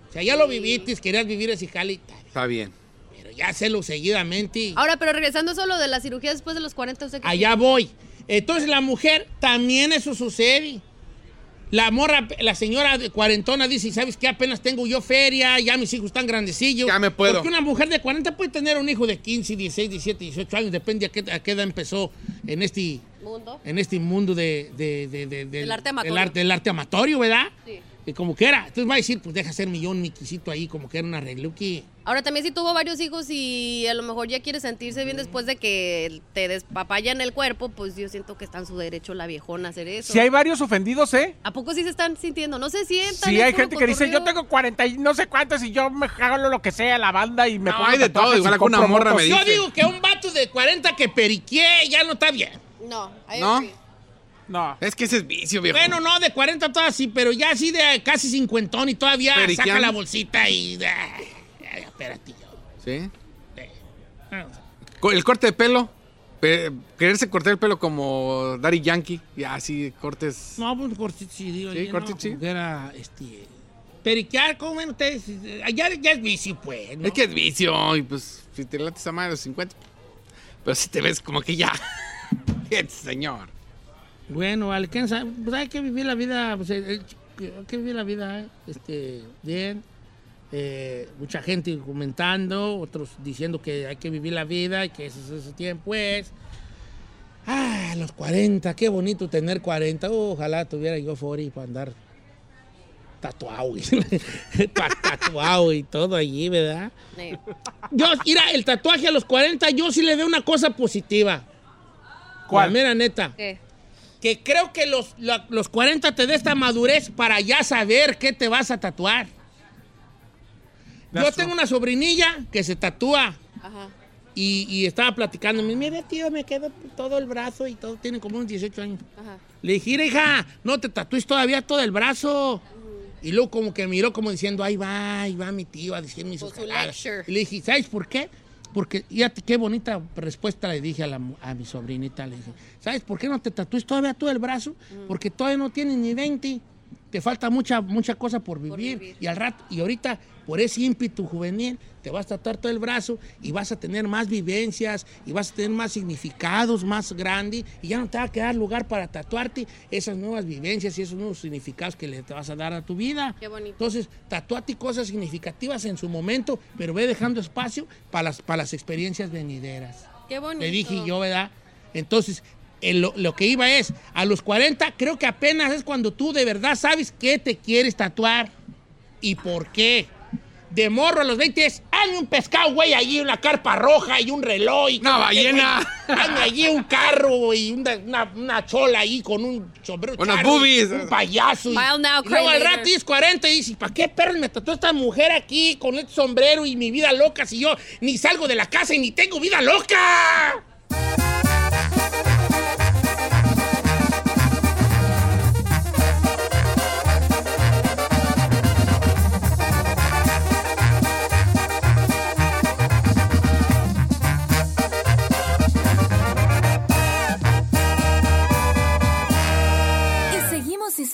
O sea, ya lo viviste, querías vivir ese jale, Está bien. pero ya hacelo seguidamente. y- Ahora, pero regresando solo de la cirugía después de los 40, ¿usted qué Allá voy. Entonces la mujer también eso sucede. La morra, la señora de cuarentona dice, ¿sabes qué? Apenas tengo yo feria, ya mis hijos están grandecillos. Ya me puedo. Porque una mujer de 40 puede tener un hijo de 15, 16, 17, 18 años, depende a qué, a qué edad empezó en este mundo? en este mundo de, de- de- de- del, El arte del amatorio. arte- del arte amatorio, ¿verdad? Sí. Y como que era. Entonces va a decir, pues deja ser millón, mi quisito ahí, como que era una reluqui. Ahora también si tuvo varios hijos y a lo mejor ya quiere sentirse bien después de que te despapayan el cuerpo, pues yo siento que está en su derecho la viejona a hacer eso. Si hay varios ofendidos, ¿eh? ¿A poco sí se están sintiendo? No se sientan. Sí, es hay puro gente que dice, yo cotorreo. tengo 40 y no sé cuántos y yo me hago lo que sea, la banda y me No, pongo hay de tatuajes todo, y igual compro alguna morra motos. me Yo digo que un vato de 40 que periqué ya no está bien. No, I ¿No? agree. No. Es que ese es vicio, viejo. Bueno, no, de 40 todas sí, pero ya así de casi cincuentón y todavía Periqueando. saca la bolsita y... ah, ya, ya, espérate, yo. ¿Sí? vamos. Co- El corte de pelo. pe- quererse cortar el pelo como Daddy Yankee. Y así, cortes. No, pues cortito sí, digo. Sí, yo, cortito no, sí. como que era, este... Periquear, ¿cómo ven ustedes? Eh, Ya, ya es bici, pues, ¿no? Es que es vicio. Y pues, si te lates a más de los 50. Pero si te ves como que ya. Qué Señor. Bueno, vale, ¿quién sabe? Pues hay que vivir la vida, pues, eh, eh, hay que vivir la vida eh, este, bien. Eh, mucha gente comentando, otros diciendo que hay que vivir la vida y que ese es ese tiempo pues, es. Ah, los 40, qué bonito tener 40. ojalá tuviera yo 40 para andar tatuado y, pa- tatuado y todo allí, ¿verdad? Sí. Yo, mira, el tatuaje a los 40, yo sí le veo una cosa positiva. ¿Cuál? La mera neta ¿Qué? que creo que los, la- los 40 te da esta madurez para ya saber qué te vas a tatuar. Yo tengo una sobrinilla que se tatúa Ajá. y, y estaba platicando. Me dice, mira, tío, me queda todo el brazo y todo. Tiene como unos 18 años. Ajá. Le dije, "Mira, hija, no te tatúes todavía todo el brazo. Y luego como que miró como diciendo, ahí va, ahí va mi tío a decirme sus jaladas". Y le dije, ¿sabes por qué? Porque, fíjate qué bonita respuesta le dije a, la mu- a mi sobrinita. Le dije, ¿sabes por qué no te tatúes todavía todo el brazo? Porque todavía no tienes ni 20. Te falta mucha, mucha cosa por vivir. Y al rato, y ahorita, por ese ímpetu juvenil, te vas a tatuar todo el brazo y vas a tener más vivencias y vas a tener más significados más grandes y ya no te va a quedar lugar para tatuarte esas nuevas vivencias y esos nuevos significados que le te vas a dar a tu vida. Qué bonito. Entonces, tatuate cosas significativas en su momento, pero ve dejando espacio para las, para las experiencias venideras. Qué bonito. Le dije yo, ¿verdad? Entonces, el- lo, lo que iba es, a los 40 creo que apenas es cuando tú de verdad sabes qué te quieres tatuar y por qué. De morro a los 20 es, hazme un pescado, güey, allí una carpa roja y un reloj. Y Una ballena. Güey, Hazme allí un carro y una, una- una chola ahí con un sombrero. Unas charro, boobies. Un payaso. Y, Smile now, y luego cry al later. rato dices 40 y dices, ¿para qué perro me tatuó esta mujer aquí con este sombrero y mi vida loca si yo ni salgo de la casa y ni tengo vida loca? Y seguimos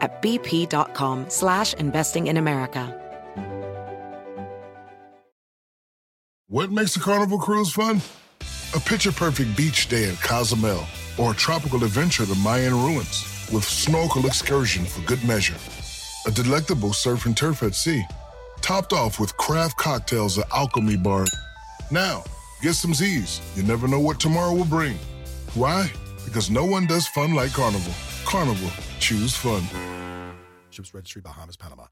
at bp.com slash investing in America. What makes a carnival cruise fun? A picture perfect beach day at Cozumel or a tropical adventure to Mayan ruins with snorkel excursion for good measure. A delectable surf and turf at sea, topped off with craft cocktails at Alchemy Bar. Now, get some Z's. You never know what tomorrow will bring. Why? Because no one does fun like Carnival. Carnival, choose fun. Ships Registry Bahamas, Panama.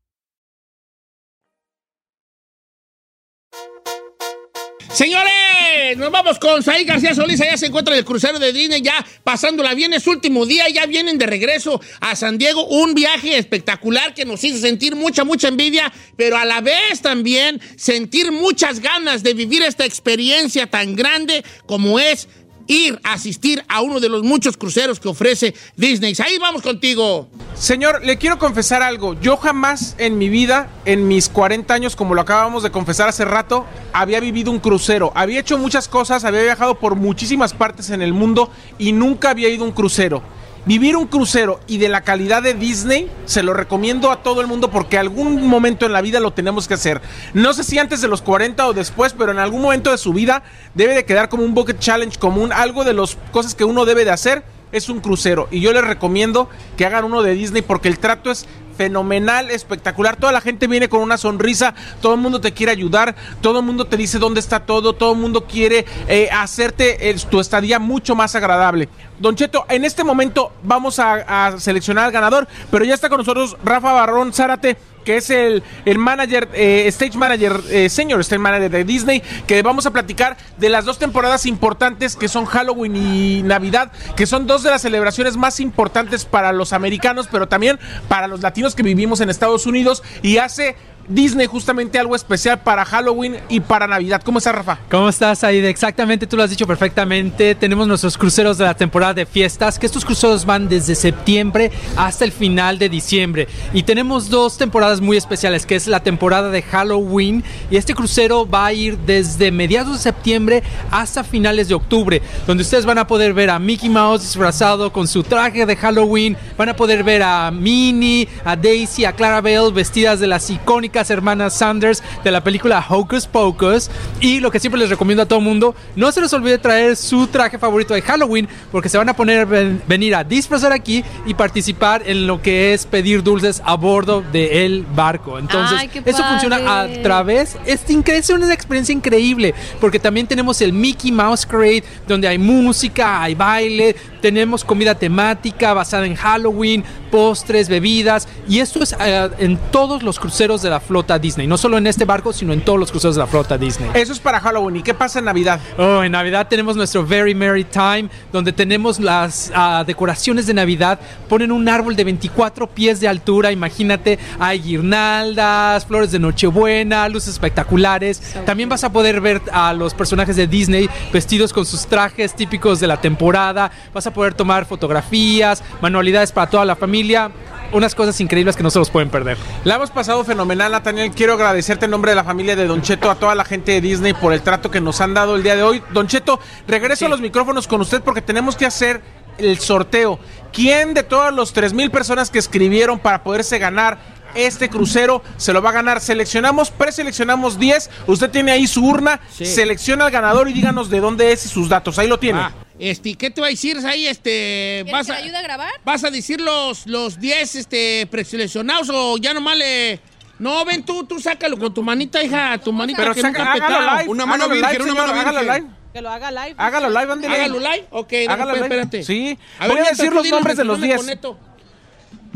Señores, nos vamos con Saí García Solís. Allá se encuentra en el crucero de Disney, ya pasándola bien. Es su último día, ya vienen de regreso a San Diego. Un viaje espectacular que nos hizo sentir mucha, mucha envidia, pero a la vez también sentir muchas ganas de vivir esta experiencia tan grande como es ir a asistir a uno de los muchos cruceros que ofrece Disney. Ahí vamos contigo. Señor, le quiero confesar algo. Yo jamás en mi vida, en mis 40 años, como lo acabamos de confesar hace rato, había vivido un crucero. Había hecho muchas cosas, había viajado por muchísimas partes en el mundo y nunca había ido a un crucero. Vivir un crucero y de la calidad de Disney, se lo recomiendo a todo el mundo porque algún momento en la vida lo tenemos que hacer. No sé si antes de los 40 o después, pero en algún momento de su vida debe de quedar como un bucket challenge, como un, algo de las cosas que uno debe de hacer es un crucero y yo les recomiendo que hagan uno de Disney porque el trato es fenomenal, espectacular. Toda la gente viene con una sonrisa, todo el mundo te quiere ayudar, todo el mundo te dice dónde está todo, todo el mundo quiere eh, hacerte eh, tu estadía mucho más agradable. Don Cheto, en este momento vamos a, a seleccionar al ganador, pero ya está con nosotros Rafa Barrón Zárate que es el, el manager, eh, stage manager, eh, senior stage manager de Disney, que vamos a platicar de las dos temporadas importantes que son Halloween y Navidad, que son dos de las celebraciones más importantes para los americanos, pero también para los latinos que vivimos en Estados Unidos y hace Disney justamente algo especial para Halloween y para Navidad. ¿Cómo está Rafa? ¿Cómo estás, Aide? Exactamente, tú lo has dicho perfectamente. Tenemos nuestros cruceros de la temporada de fiestas, que estos cruceros van desde septiembre hasta el final de diciembre. Y tenemos dos temporadas muy especiales, que es la temporada de Halloween, y este crucero va a ir desde mediados de septiembre hasta finales de octubre, donde ustedes van a poder ver a Mickey Mouse disfrazado con su traje de Halloween, van a poder ver a Minnie, a Daisy, a Clarabelle vestidas de las icónicas mágicas hermanas Sanders de la película Hocus Pocus. Y lo que siempre les recomiendo a todo mundo, no se les olvide traer su traje favorito de Halloween, porque se van a poner ven- venir a disfrazar aquí y participar en lo que es pedir dulces a bordo del barco. Entonces, Ay, qué eso funciona a padre. través ¿Ves? Es, incre- es una experiencia increíble porque también tenemos el Mickey Mouse Crate donde hay música, hay baile, tenemos comida temática basada en Halloween, postres, bebidas y esto es eh, en todos los cruceros de la flota Disney, no solo en este barco sino en todos los cruceros de la flota Disney. Eso es para Halloween. ¿Y qué pasa en Navidad? Oh, en Navidad tenemos nuestro Very Merry Time, donde tenemos las ah, decoraciones de Navidad. Ponen un árbol de 24 pies de altura, imagínate. Hay guirnaldas, flores de Nochebuena, luces espectaculares. También vas a poder ver a los personajes de Disney vestidos con sus trajes típicos de la temporada. Vas a poder tomar fotografías, manualidades para toda la familia. Unas cosas increíbles que no se los pueden perder. La hemos pasado fenomenal, Nathaniel. Quiero agradecerte en nombre de la familia de Don Cheto, a toda la gente de Disney por el trato que nos han dado el día de hoy. Don Cheto, regreso a los micrófonos con usted porque tenemos que hacer el sorteo. ¿Quién de todas las 3.000 personas que escribieron para poderse ganar este crucero se lo va a ganar? Seleccionamos, preseleccionamos 10. Usted tiene ahí su urna. Selecciona al ganador y díganos de dónde es y sus datos. Ahí lo tiene. Este, ¿qué te va a decir ahí? Este, ¿vas a, ayuda a grabar? ¿Vas a decir los los 10 este, preseleccionados o ya nomás le... No, ven tú, tú sácalo con tu manita, hija, tu manita Pero que saca- nunca ha hágalo petado. live, Una mano hágalo virgen, live, una mano señor, hágalo virgen. live. Que lo haga live. Hágalo live, ándele. Hágalo live, ok, de Hágalo repente, live. espérate. Sí. A Voy a ver, mientras decir tú los dinos, nombres de yo los me 10. conecto.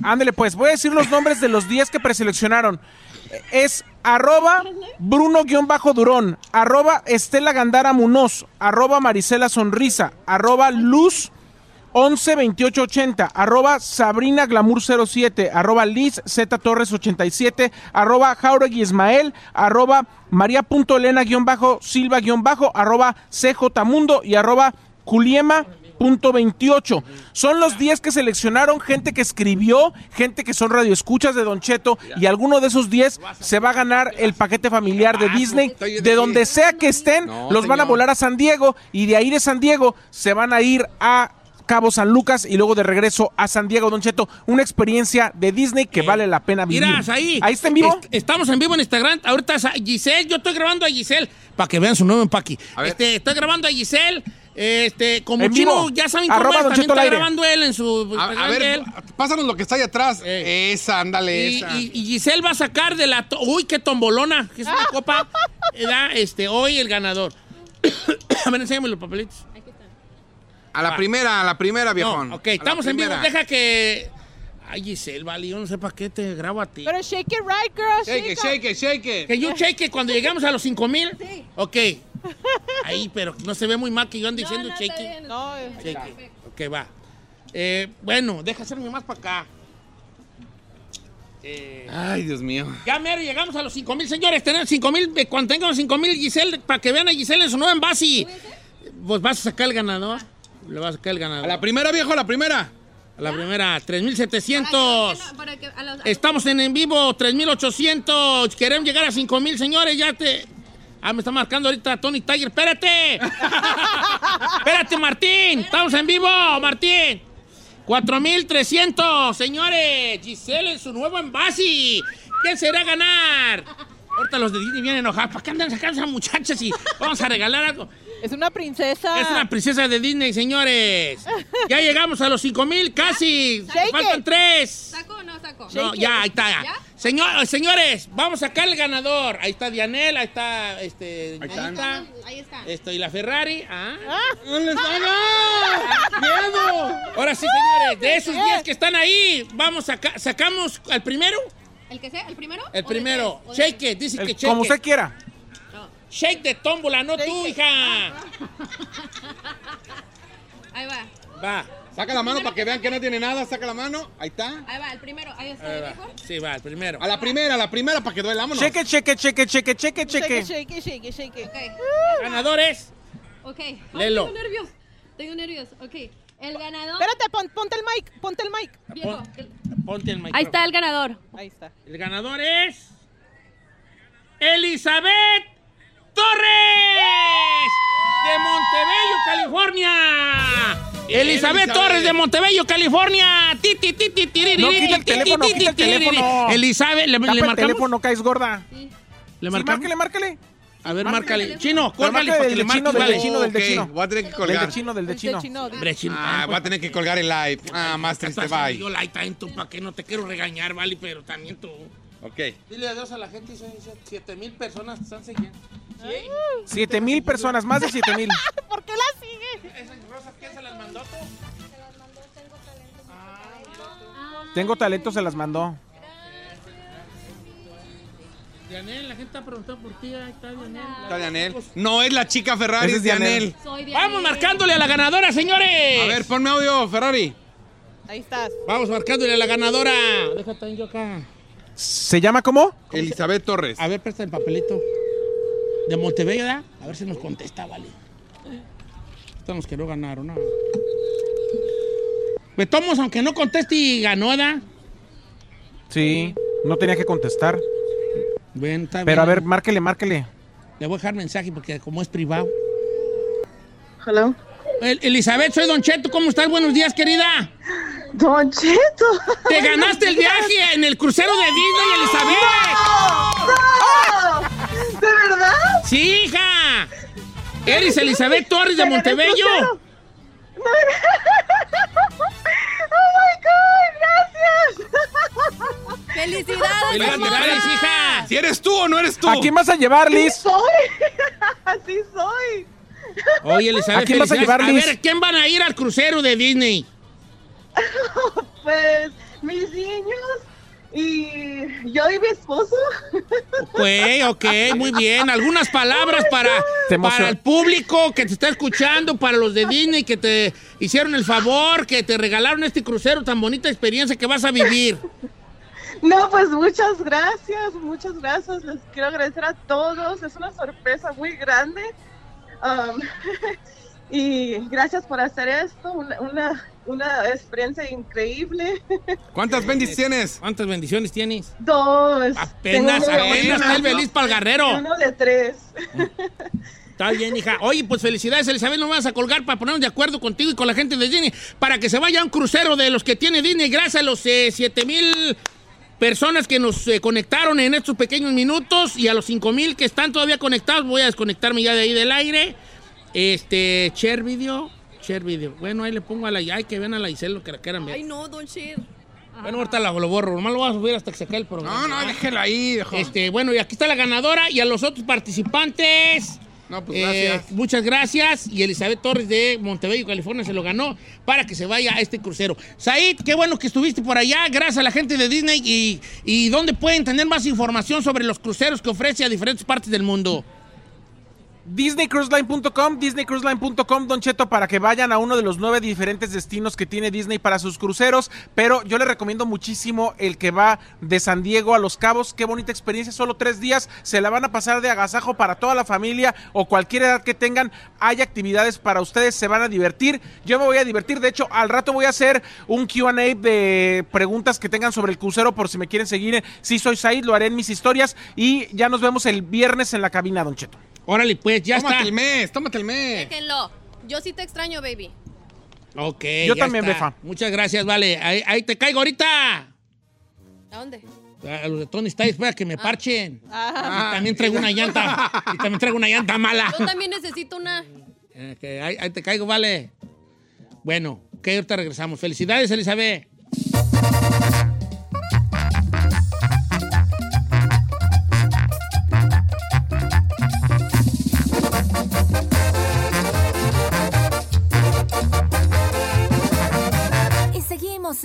Ándele, pues, voy a decir los nombres de los 10 que preseleccionaron. Es arroba Bruno-Durón, arroba Estela Gandara Munoz, arroba Marisela Sonrisa, arroba Luz 112880, arroba Sabrina Glamour 07, arroba Liz Z Torres 87, arroba Jauregui Ismael, arroba María.elena-Silva- arroba CJ Mundo y arroba Juliema Punto 28. Son los 10 que seleccionaron gente que escribió, gente que son radioescuchas de Don Cheto y alguno de esos 10 se va a ganar el paquete familiar de Disney. De donde sea que estén, los van a volar a San Diego y de ahí de San Diego se van a ir a Cabo San Lucas y luego de regreso a San Diego, Don Cheto. Una experiencia de Disney que vale la pena vivir. Mirás ahí. Ahí está en vivo. Est- estamos en vivo en Instagram. Ahorita es a- Giselle, yo estoy grabando a Giselle para que vean su nuevo empaque. Este, estoy grabando a Giselle. Este, como En Chino, vivo. ya saben cómo Arroba es, Don también Cheto al está aire. grabando él en su A, a Instagram ver, de él. Eh. pásanos lo que está ahí atrás. Esa, ándale, Y, esa. y- y Giselle va a sacar de la... to- Uy, qué tombolona. que Es una copa. Eh, da, este, hoy el ganador. a ver, enséñame los papelitos. a la va. primera, a la primera, viejón. No, ok, estamos en vivo. primera. Deja que... Ay, Giselle, vale, yo no sé para qué te grabo a ti. Pero shake it right, girl. Shake, shake it, shake it. Que yo shake it cuando llegamos a los 5000. Sí. Ok. Ahí, pero no se ve muy mal que yo ande diciendo shake it. No, eh. Shake it. Ok, va. Eh, bueno, deja hacerme más para acá. Eh, Ay, Dios mío. ya mero llegamos a los 5000, señores. Tener 5000, eh, cuando tengamos 5000, Giselle, para que vean a Giselle en su nueva envase. y- Pues vas a sacar el ganador. Le vas a sacar el ganador. A la primera, viejo, a la primera. A la primera, 3700. Para que a los- Estamos en en vivo, 3800. Queremos llegar a 5000, señores. Ya te. Ah, me está marcando ahorita Tony Tiger. ¡Espérate! ¡Espérate, Martín! ¡Estamos en vivo, Martín! 4300, señores. Giselle en su nuevo envase. ¿Quién será ganar? Ahorita los de Disney vienen enojados. ¿Para qué andan sacando a esas muchachas y vamos a regalar algo? Es una princesa. Es una princesa de Disney, señores. Ya llegamos a los 5000, casi. Faltan tres. ¿Saco o no saco? No, ya, ahí está. Señor- señores, vamos a sacar el ganador. Ahí está Dianel, ahí está este, Anita, Ahí está. esto, y la Ferrari. Ah. ¡No les haga! ¡Miedo! Ahora sí, señores, de esos eh. 10 que están ahí, vamos a saca- sacamos al primero. ¿El que sea? ¿El primero? El ¿O primero. de tres? ¿O de Shake it, dice que shake Como it. usted quiera. Shake de tómbola, no tú, hija. tres? Ahí va. Va. Saca la mano para que vean que no tiene nada. Saca la mano. Ahí está. Ahí va, el primero. Ahí está, Ahí ¿me va. dijo? Sí, va, el primero. A la primera, a la primera para que duela. Vámonos. Cheque, cheque, cheque, cheque, cheque, cheque. Shake it, shake it, shake it. Uh, Ganadores. Ok. Ay, Lelo. Tengo nervios. Tengo nervios. Ok. El ganador. Espérate, pon- ponte el mic, ponte el mic. Viejo. Ponte el micrófono. Ahí está el ganador. Ahí está. El ganador es. ¡Elizabeth Torres! de Montebello, California. Elizabeth Elizabeth. Torres de Montebello, California. Ti, ti, ti, ti, ti, No, ti, quita el ti, teléfono, ti, ti, quita el ti, ti, teléfono. Elizabeth, le, Tapa le el marcamos. teléfono, caes gorda. Le Sí, marcamos. márcale, márcale. A ver, Márcale. márcale. Chino, Pero córtale márcale para que del le de marques. chino, del vale. de chino, del de Ok, chino. Voy a tener que Del colgar. de chino, del de chino. Hombre, chino. Ah, voy a tener que colgar el live. Ah, más triste, Pásame bye. Yo la time tú para que no te quiero regañar, vale, pero también tú. Ok. Dile adiós a la gente, 7 mil personas te están siguiendo. Siete mil personas, más de siete mil. ¿Por qué la sigue? ¿Esas rosas quién se las mandó tú? Tengo talento, se las mandó. Dianel, la gente está preguntando por ti. Ahí está Dianel. Está de Anel. No es la chica Ferrari, Ese es es de Dianel. Anel. Vamos marcándole a la ganadora, señores. A ver, ponme audio, Ferrari. Ahí estás. Vamos marcándole a la ganadora. Déjate yo acá. ¿Se llama cómo? Elizabeth Torres. A ver, presta el papelito. De Montebello, ¿verdad? A ver si nos contesta, vale. Están los que no ganaron, ¿no? Betomos, aunque no conteste y ganó, ¿verdad? Sí, no tenía que contestar. está Pero a bien. ver, márquele, márquele. Le voy a dejar mensaje porque como es privado. Hello. El- Elizabeth, soy Don Cheto. ¿Cómo estás? Buenos días, querida. Don Cheto. Te ganaste el viaje en el crucero de Disney, Elizabeth. ¿De verdad? Sí, hija. Eres Elizabeth Torres de ¿Me gané el Montebello. crucero? No. ¡Oh, my God! ¡Gracias! ¡Felicidades, ¡Felicidades, hija! Si eres tú o no eres tú. ¿A quién vas a llevar, Liz? ¡Sí soy! ¡Sí soy! Oye, Elizabeth, ¿A quién vas a felicidades. llevar, Liz? ver, ¿quién van a ir al crucero de Disney? Pues, mis niños y yo y mi esposo. Pues, ok, muy bien. Algunas palabras para, Te emocion- para el público que te está escuchando, para los de Disney que te hicieron el favor, que te regalaron este crucero, tan bonita experiencia que vas a vivir. No, pues muchas gracias, muchas gracias. Les quiero agradecer a todos. Es una sorpresa muy grande. Um, y gracias por hacer esto, una, una, una experiencia increíble. ¿Cuántas bendiciones tienes? ¿Cuántas bendiciones tienes? Dos. Apenas, Tengo uno de apenas uno. está el feliz para el Y guerrero. Uno de tres. Está bien, hija. Oye, pues felicidades, Elizabeth. Nos vas a colgar para ponernos de acuerdo contigo y con la gente de Disney para que se vaya a un crucero de los que tiene Disney. Gracias a los eh, 7 mil personas que nos eh, conectaron en estos pequeños minutos y a los 5 mil que están todavía conectados. Voy a desconectarme ya de ahí del aire. Este, share video. Share video. Bueno, ahí le pongo a la. Ay, que vean a la Isel lo que la quieran ver. Ay, no, Don Cher. Bueno, ahorita la- lo borro. Nomás lo voy a subir hasta que se acabe el programa. No, no, déjelo ahí, viejo. Este, bueno, y aquí está la ganadora y a los otros participantes. Eh, No, pues gracias. Muchas gracias. Y Elizabeth Torres de Montebello, California, se lo ganó para que se vaya a este crucero. Said, qué bueno que estuviste por allá. Gracias a la gente de Disney. ¿Y, y dónde pueden tener más información sobre los cruceros que ofrece a diferentes partes del mundo? DisneyCruiseLine.com, DisneyCruiseLine.com, Don Cheto, para que vayan a uno de los nueve diferentes destinos que tiene Disney para sus cruceros. Pero yo les recomiendo muchísimo el que va de San Diego a Los Cabos. Qué bonita experiencia, solo tres días. Se la van a pasar de agasajo para toda la familia o cualquier edad que tengan. Hay actividades para ustedes, se van a divertir. Yo me voy a divertir. De hecho, al rato voy a hacer un QA de preguntas que tengan sobre el crucero por si me quieren seguir. Si soy Said, lo haré en mis historias. Y ya nos vemos el viernes en la cabina, Don Cheto. Órale, pues ya tómate está. el mes, tómate el mes. Déjenlo. Yo sí te extraño, baby. Ok. Yo ya también, está. Befa. Muchas gracias, vale. Ahí, ahí te caigo ahorita. ¿A dónde? A los de Tony Styles, espera que me Ah. parchen. Y Ah, también traigo una llanta. Y también traigo una llanta mala. Ah, Yo también necesito una. Eh, que ahí, ahí te caigo, vale. Bueno, que ahorita regresamos. Felicidades, Elizabeth. Y seguimos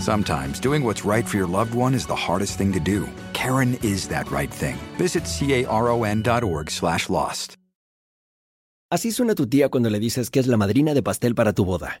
Sometimes doing what's right for your loved one is the hardest thing to do. Karen is that right thing. Visit caron.org slash lost. Así suena tu tía cuando le dices que es la madrina de pastel para tu boda.